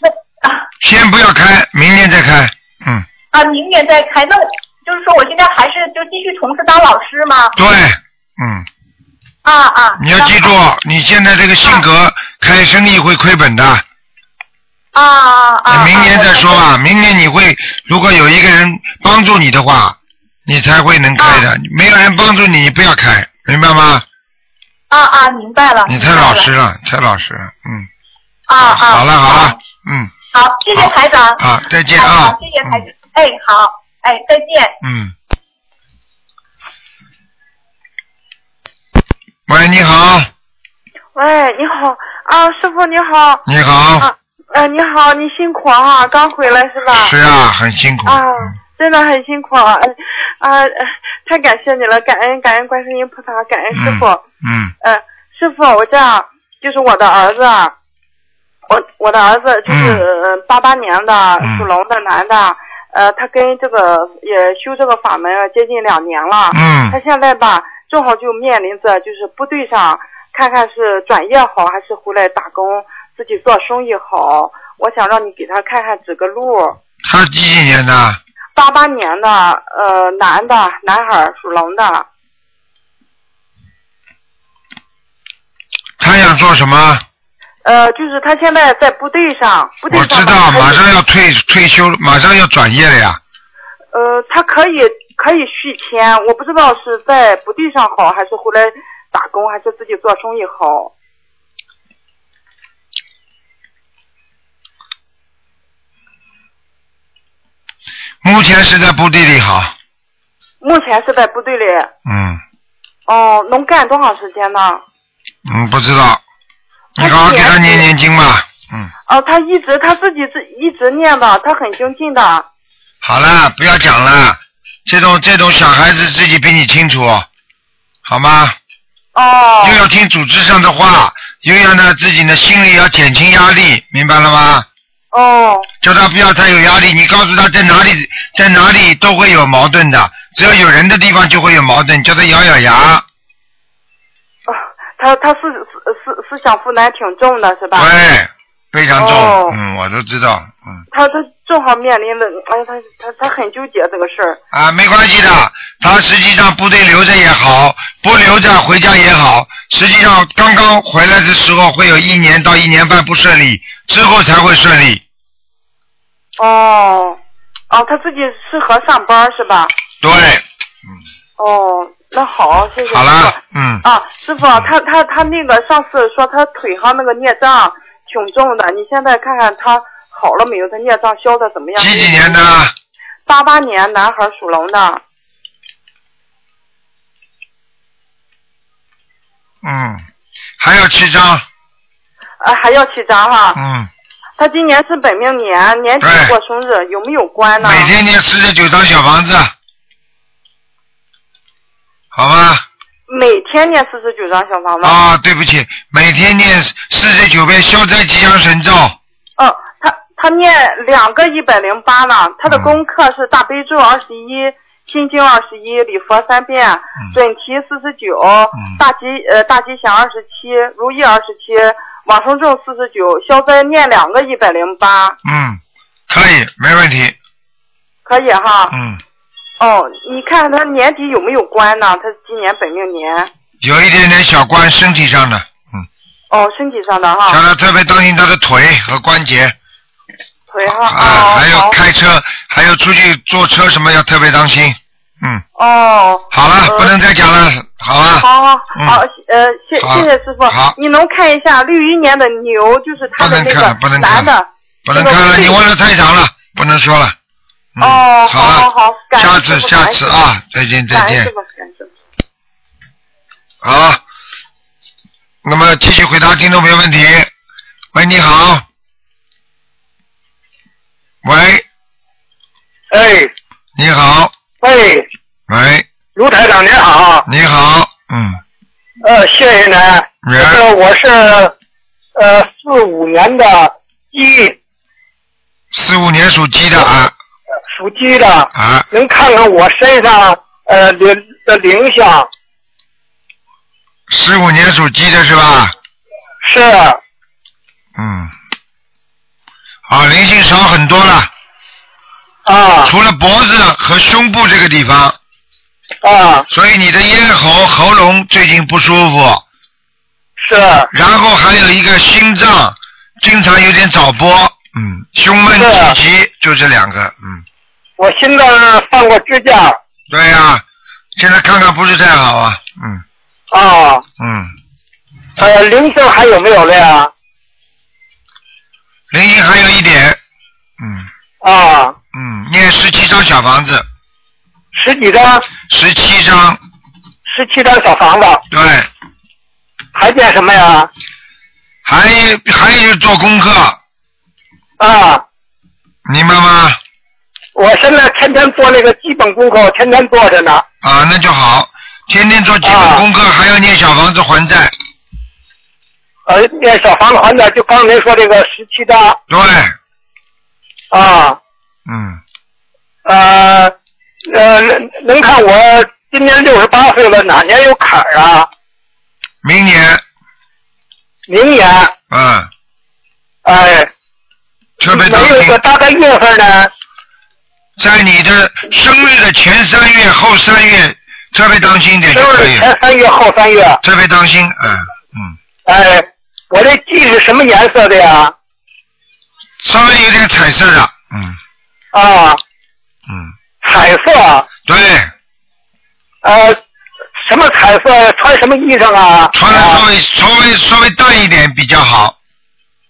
S9: 那啊
S1: 先不要开，明年再开。嗯，
S9: 啊，明年再开，那我就是说我现在还是就继续从事当老师吗？
S1: 对，嗯，
S9: 啊啊，
S1: 你要记住，你现在这个性格，开生意会亏本的。
S9: 啊啊啊，
S1: 你明年
S9: 啊
S1: 再说。吧，明年你会如果有一个人帮助你的话，你才会能开的。没有人帮助你，你不要开，明白吗？
S9: 啊啊，明白了。
S1: 你
S9: 明白
S1: 太老
S9: 了
S1: 实了，太老实了，嗯，
S9: 啊啊！
S1: 好了好了，嗯，
S9: 好，好，谢谢
S1: 好
S9: 台长。
S1: 啊，再见
S9: 哎
S1: 啊
S9: 好，谢谢台长。哎，好，哎，再见。
S1: 嗯。嗯喂，你好，
S10: 喂，你好啊，师傅你好，
S1: 你好，
S10: 啊呃，你好，你辛苦啊，刚回来是吧？
S1: 是啊，很辛苦，
S10: 啊
S1: 嗯，
S10: 真的很辛苦啊，呃啊，呃太感谢你了，感恩感恩观世音菩萨，感恩师傅。
S1: 嗯
S10: 呃，师傅，我这样，就是我的儿子啊，我我的儿子就是八八、88年的
S1: 嗯
S10: 属龙的男的，呃，他跟这个也修这个法门啊接近两年了，他
S1: 嗯
S10: 现在吧，正好就面临着就是部队上，看看是转业好还是回来打工自己做生意好。我想让你给他看看指个路。
S1: 他几几年的？
S10: 八八年的，呃，男的，男孩儿属龙的，
S1: 他想做什么？
S10: 呃，就是他现在在部队上，部队
S1: 我知
S10: 上吧
S1: 道，
S10: 他
S1: 马上要退退休，马上要转业了呀。
S10: 呃，他可以可以续签，我不知道是在部队上好，还是回来打工，还是自己做生意好。
S1: 目前是在部队里好，
S10: 目前是在部队里，
S1: 嗯
S10: 哦、能干多长时间呢？
S1: 嗯，不知道，你好好给他念念经吧，嗯，
S10: 哦，他一直他自己自一直念的，他很精进的。
S1: 好了，不要讲了，这种这种小孩子自己比你清楚，好吗？
S10: 哦
S1: 又要听组织上的话，又要呢自己呢心里要减轻压力，明白了吗？
S10: 哦
S1: 叫他不要太有压力，你告诉他在哪里在哪里都会有矛盾的，只要有人的地方就会有矛盾，叫他咬咬牙，
S10: 哦，他他思思思思想负担挺重的，是吧？
S1: 对，非常重，
S10: 哦
S1: 嗯，我都知道，嗯。
S10: 他他正好面临的，哎呀，他他他很纠结这个事儿。
S1: 啊，没关系的，他实际上部队留着也好，不留着回家也好，实际上刚刚回来的时候会有一年到一年半不顺利，之后才会顺利。
S10: 哦哦，他自己适合上班是吧？
S1: 对，
S10: 哦，那好，谢谢。
S1: 好
S10: 师
S1: 了
S10: 傅，
S1: 嗯，
S10: 啊，师傅，他他他那个上次说他腿上那个孽障挺重的，你现在看看他好了没有？他孽障消的怎么样？
S1: 几几年的？
S10: 八八年男孩属龙的。
S1: 嗯，还有七张，
S10: 啊，还要七张哈、
S1: 嗯，
S10: 他今年是本命年，年底
S1: 对
S10: 过生日，有没有关呢？
S1: 每天念四十九张小房子，好吧？
S10: 每天念四十九张小房子。
S1: 啊，对不起，每天念四十九遍消灾吉祥神咒，
S10: 嗯，他他念两个一百零八呢，他的功课是大悲咒二十一，心经二十一，礼佛三遍，准提四十九，大吉呃大吉祥二十七，如意二十七，往生咒四十九，消灾念两个一百零八，
S1: 嗯，可以，没问题。
S10: 可以哈。
S1: 嗯，
S10: 哦，你看看他年底有没有关呢？他今年本命年，
S1: 有一点点小关，身体上的，
S10: 哦，身体上的
S1: 叫
S10: 哈，
S1: 他特别当心他的腿和关节
S10: 腿哈，
S1: 啊，
S10: 哦，
S1: 还有
S10: 好，
S1: 开车，还有出去坐车什么要特别当心。嗯，
S10: 哦，
S1: 好了，
S10: 呃
S1: 不能再讲了，好吧？
S10: 好好
S1: 嗯
S10: 好，呃，谢
S1: 好
S10: 谢谢师傅
S1: 好，
S10: 你能看一下六一年的牛，就是他的
S1: 不能
S10: 那
S1: 看了不
S10: 个
S1: 能看
S10: 男的，
S1: 不能看了，你问的太长了，不能说了。嗯、
S10: 哦，
S1: 好
S10: 好
S1: 了，
S10: 好，感恩
S1: 下
S10: 师
S1: 次
S10: 傅
S1: 下次，啊，再见
S10: 感
S1: 再
S10: 恩
S1: 见
S10: 师。傅感恩师傅，感恩师傅。
S1: 好，那么继续回答听众朋友问题。喂，你好。喂，
S11: 哎，
S1: 你好。
S11: 喂，
S1: 喂，
S11: 卢台长您好，
S1: 你好。嗯，
S11: 呃，谢谢您。
S1: 人
S11: 呃，我是呃四五年的鸡，
S1: 四五年属鸡的啊
S11: 属鸡的，
S1: 啊，
S11: 能看看我身上呃灵的灵性
S1: 四五年属鸡的是吧？
S11: 是
S1: 嗯。啊，灵性少很多了，
S11: 啊
S1: 除了脖子和胸部这个地方，
S11: 啊
S1: 所以你的咽喉、喉咙最近不舒服，
S11: 是
S1: 然后还有一个心脏经常有点早搏，嗯，胸闷
S11: 是
S1: 气急，就这两个，嗯，
S11: 我心脏放过支架
S1: 对呀、现在看看不是太好啊，嗯
S11: 啊，
S1: 嗯，
S11: 呃灵性还有没有了呀？
S1: 灵性还有一点，嗯
S11: 啊，
S1: 嗯，念十七张小房子，
S11: 十几张
S1: 十七张，
S11: 十七张小房子，
S1: 对，
S11: 还见什么呀？
S1: 还还有就是做功课，
S11: 啊。
S1: 明白吗？
S11: 我现在天天做那个基本功课，我天天做着呢。
S1: 啊，那就好，天天做基本
S11: 啊
S1: 功课，还要念小房子还债，
S11: 呃，那小房子还的，就刚才您说这个十七张
S1: 对，
S11: 啊，
S1: 嗯，
S11: 呃，呃，能能看我今年六十八岁了，哪年有坎儿啊？
S1: 明年，
S11: 明年，
S1: 嗯，
S11: 哎，
S1: 特别当
S11: 没有一
S1: 心
S11: 个。大概月份呢？
S1: 在你的生日的前三月、后三月，特别当心一点就
S11: 生
S1: 可
S11: 日
S1: 以，
S11: 前三月后三月，
S1: 特别当心，嗯嗯，
S11: 哎，我这鸡是什么颜色的呀？
S1: 稍微有点彩色的，嗯
S11: 啊，
S1: 嗯，
S11: 彩色，
S1: 对，
S11: 呃，什么彩色？穿什么衣裳啊？
S1: 穿的稍
S11: 啊
S1: 微稍微稍微淡一点比较好，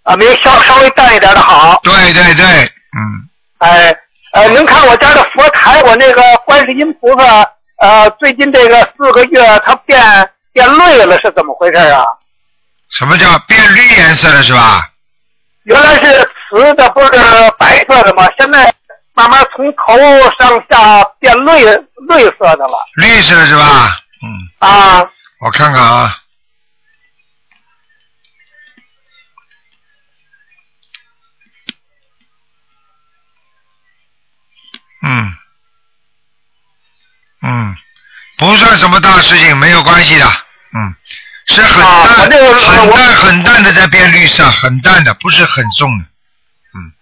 S11: 啊，没有稍稍微淡一点的好。
S1: 对对对，嗯，
S11: 哎，呃，您看我家的佛台，我那个观世音菩萨，呃，最近这个四个月它变变绿了，是怎么回事啊？
S1: 什么叫变绿颜色了是吧？
S11: 原来是瓷的，不是白色的吗？现在慢慢从头上下变绿绿色的了
S1: 绿色是吧？嗯，
S11: 啊！
S1: 我看看啊，嗯，嗯，不算什么大事情，没有关系的，嗯，是很
S11: 啊
S1: 淡、
S11: 我这个
S1: 很
S11: 我
S1: 淡很淡的在变绿色，很淡的，不是很重的，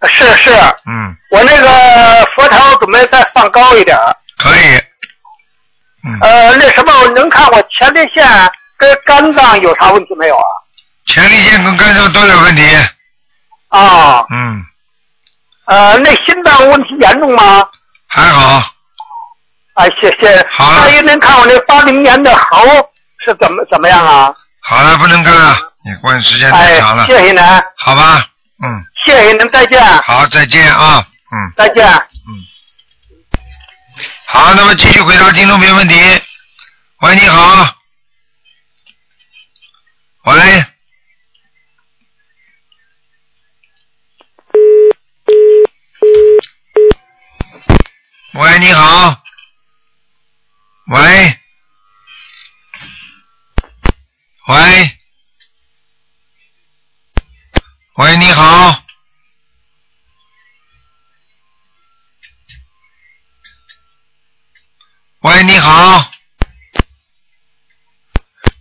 S11: 是是，
S1: 嗯，
S11: 我那个佛台我准备再放高一点儿。
S1: 可以，嗯，
S11: 呃，那什么，您看我前列腺跟肝脏有啥问题没有啊？
S1: 前列腺跟肝脏都有问题，
S11: 啊，
S1: 嗯，
S11: 呃，那心脏问题严重吗？
S1: 还好，
S11: 啊，谢谢。
S1: 好了
S11: 大爷，您看我那八零年的猴是怎么怎么样啊？
S1: 好了，不能干了，你问时间太
S11: 哎
S1: 长了，，
S11: 谢谢您，
S1: 好吧，嗯，
S11: 谢谢您，再见，
S1: 好，再见啊，嗯，
S11: 再见。
S1: 好，那么继续回答听众朋友问题。喂，你好。喂。喂，你好。喂。喂。喂，你好。你好，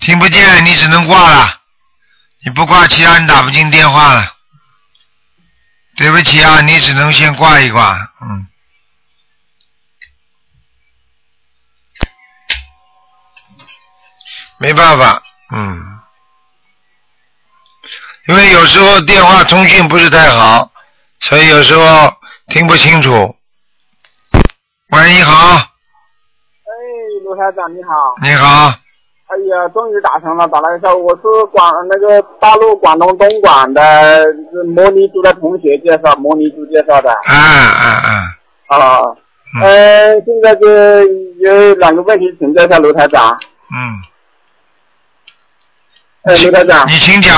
S1: 听不见，你只能挂了。你不挂，其他人打不进电话了。对不起啊，你只能先挂一挂，嗯。没办法，嗯，因为有时候电话通讯不是太好，所以有时候听不清楚。喂，你好，
S6: 哎，卢台长你好。
S1: 你好，啊
S6: 哎呀，终于打通了，打了一下。我是广那个大陆广东东莞的是摩尼族的同学介绍，摩尼族介绍的。
S1: 嗯嗯嗯，
S6: 啊，呃，现在是有两个问题请教一下卢台长。
S1: 嗯。
S6: 呃，卢台长。
S1: 你请讲。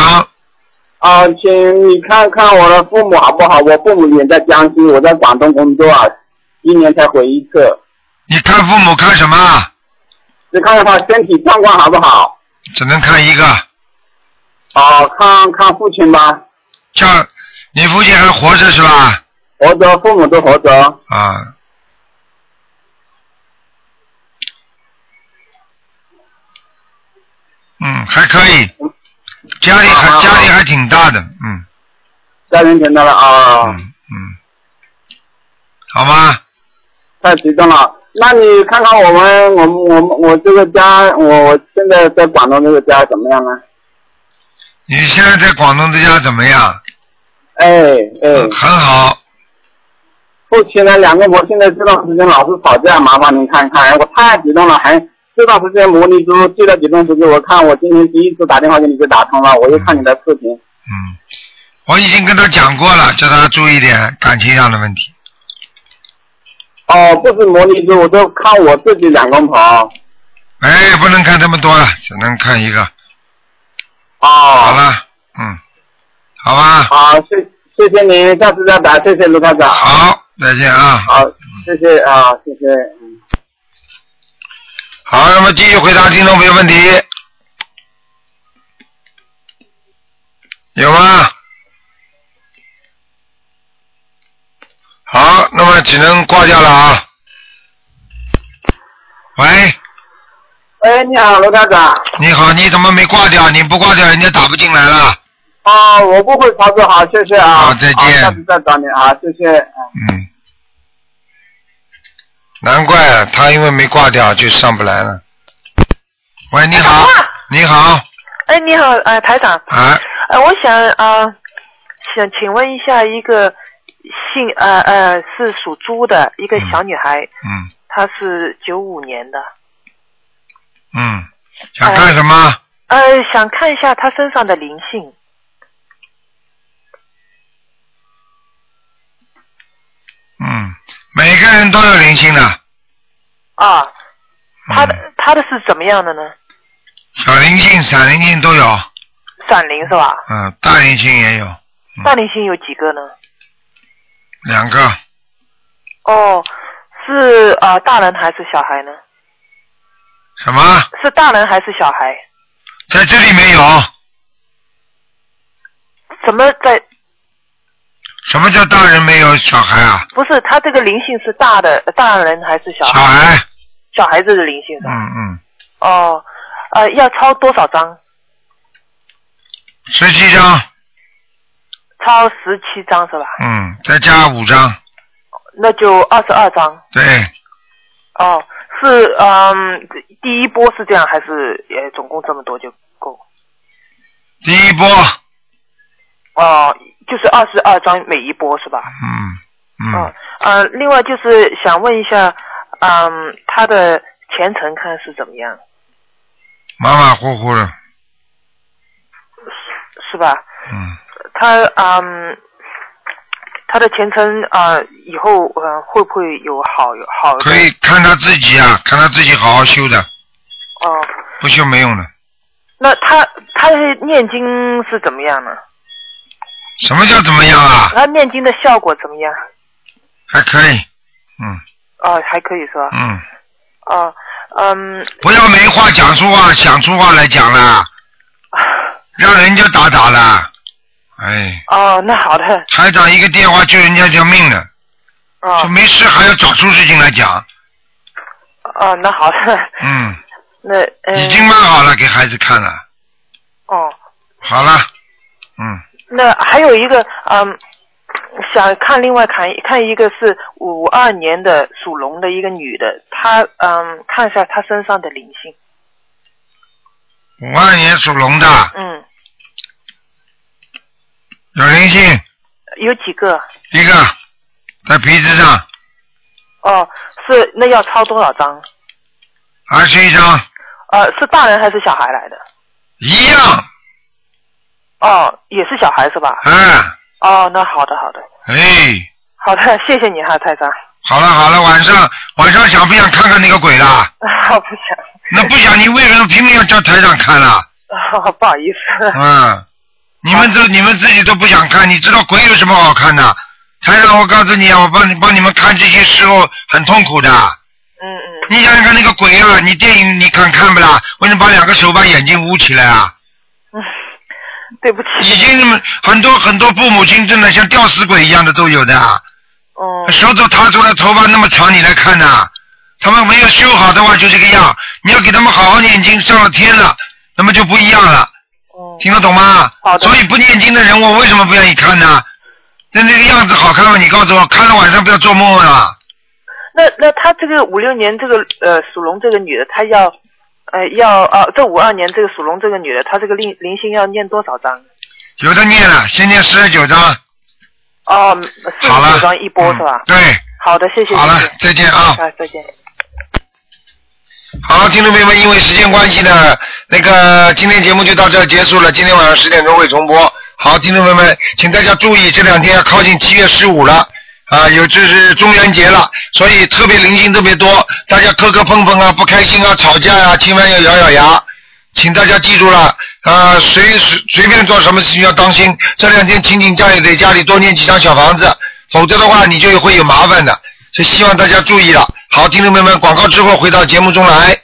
S6: 啊、请你看看我的父母好不好？我父母远在江西，我在广东工作，啊今年才回一次。
S1: 你看父母看什么？
S6: 只看看他身体状况好不好？
S1: 只能看一个。
S6: 啊、看看父亲吧。
S1: 叫你父亲还活着是吧？
S6: 活着，父母都活着。
S1: 啊。嗯，还可以，家里还家里还挺大的，嗯，
S6: 家人听到了啊。
S1: 好吗？
S6: 太激动了。那你看看我们，我们，我们，我这个家，我我现在在广东这个家怎么样啊呢？
S1: 你现在在广东这家怎么样？
S6: 哎哎、
S1: 很好。
S6: 父亲呢，两个我现在这段时间老是吵架，麻烦您看看，我太激动了，还这段时间模拟猪这段激动时间，我看我今天第一次打电话给你就打通了，我又看你的视频，
S1: 我已经跟他讲过了，叫他注意点感情上的问题。
S6: 哦，不是模拟猪，我都看我自己两公婆，
S1: 哎，不能看这么多了，只能看一个。
S6: 哦。好
S1: 了，嗯，好吧。
S6: 好，谢谢谢您，下次再打，谢谢卢科长。
S1: 好，再见啊。
S6: 好，谢谢啊，谢谢。嗯
S1: 好，那么继续回答听众朋友问题。有吗？好，那么只能挂掉了啊。喂，
S6: 喂，哎你好，卢科长。
S1: 你好，你怎么没挂掉？你不挂掉，人家打不进来了。
S6: 啊，我不会操作，好，谢谢啊。
S1: 好再见
S6: 啊下次再找你啊，谢谢。
S1: 嗯，难怪他因为没挂掉就上不来了。喂，你好，你好，
S12: 哎，你好，呃，台长，
S1: 啊，
S12: 呃，我想啊、呃想请问一下一个姓呃呃是属猪的一个小女孩，
S1: 嗯
S12: 她是九五年的，
S1: 嗯，想干什么？
S12: 呃，想看一下她身上的灵性，
S1: 嗯，每个人都有灵性的，
S12: 啊，她的、她的是怎么样的呢？
S1: 小灵性、散灵性都有，
S12: 闪灵是吧？
S1: 嗯，大灵性也有，
S12: 大灵性有几个呢？
S1: 两个
S12: 哦，是啊、呃大人还是小孩呢？
S1: 什么？
S12: 是大人还是小孩？
S1: 在这里没有。
S12: 怎么在？
S1: 什么叫大人没有小孩啊？
S12: 不是，他这个灵性是大的，大人还是小孩？小
S1: 孩。
S12: 小孩子的灵性是吧？
S1: 嗯嗯，
S12: 哦，呃，要抄多少张？
S1: 十七张，
S12: 抄十七张是吧？
S1: 嗯，再加五张，
S12: 那就二十二张。
S1: 对，
S12: 哦，是嗯，第一波是这样，还是呃总共这么多就够？
S1: 第一波，
S12: 哦，就是二十二张每一波是吧？
S1: 嗯嗯，
S12: 呃，另外就是想问一下，嗯，他的前程看是怎么样，
S1: 马马虎虎的，
S12: 是吧？
S1: 嗯，
S12: 他嗯，他的前程啊、呃以后呃会不会有好有好的？
S1: 可以看他自己啊，看他自己好好修的，
S12: 哦，
S1: 不修没用的。
S12: 那他他的念经是怎么样呢？
S1: 什么叫怎么样啊？
S12: 他念经的效果怎么样？
S1: 还可以，嗯
S12: 哦，还可以是吧？
S1: 嗯，
S12: 哦，嗯，
S1: 不要没话讲出话，讲出话来讲啦，让人家打打啦，哎，
S12: 哦，那好的，
S1: 台长一个电话救人家条命的，
S12: 哦
S1: 说没事还要找出事情来讲，
S12: 哦，那好的，
S1: 嗯，
S12: 那呃，
S1: 已经蛮好了，给孩子看了。
S12: 哦，
S1: 好了，嗯，
S12: 那还有一个，嗯，想看另外看看一个是五二年的属龙的一个女的，她嗯，看一下她身上的灵性。
S1: 五二年属龙的啊
S12: 嗯，
S1: 有灵性，
S12: 有几个？
S1: 一个在鼻子上，
S12: 哦，是那要抄多少张？
S1: 二十一张，
S12: 呃，是大人还是小孩来的？
S1: 一样，
S12: 哦，也是小孩是吧？
S1: 嗯，
S12: 哦，那好的好的
S1: 哎，
S12: 好的，谢谢你哈，台长。
S1: 好了好了，晚上晚上想不想看看那个鬼啦？
S12: 我不想
S1: 那不想你为什么拼命要叫台长看啦？
S12: 哦， 不好意思。
S1: 嗯，你们都你们自己都不想看，你知道鬼有什么好看的？台长，我告诉你啊，我帮你帮你们看这些时候很痛苦的。嗯嗯。你想想看那个鬼啊，你电影你敢看不啦？为什么把两个手把眼睛捂起来啊？
S12: 对不起。
S1: 已经很多很多父母亲真的像吊死鬼一样的都有的。啊
S12: 哦。
S1: 手肘塌出来，头发那么长，你来看呐、他们没有修好的话就这个样。你要给他们好好念经，上了天了，那么就不一样了。听得懂吗？所以不念经的人，我为什么不愿意看呢？那那个样子好看吗？你告诉我，看了晚上不要做梦啊！
S12: 那那她这个五六年这个呃属龙这个女的，她要呃要啊，这五二年这个属龙这个女的，她这个灵灵性要念多少章？
S1: 有的念了，先念四十九章。
S12: 哦，四十九章一波是吧？
S1: 嗯对。
S12: 好的，谢谢。
S1: 好了
S12: 谢谢
S1: 再见啊
S12: 啊，再见。
S1: 好，听众朋友们，因为时间关系呢，那个今天节目就到这儿结束了。今天晚上十点钟会重播。好，听众朋友们，请大家注意，这两天要靠近七月十五了。啊，有这是中元节了，所以特别灵性特别多，大家磕磕碰碰啊，不开心啊，吵架呀、千万要咬咬牙。请大家记住了，呃，随随随便做什么事情要当心。这两天请请家里给家里多念几张小房子，否则的话你就会有麻烦的。所以希望大家注意了。好，听众朋友们，广告之后回到节目中来。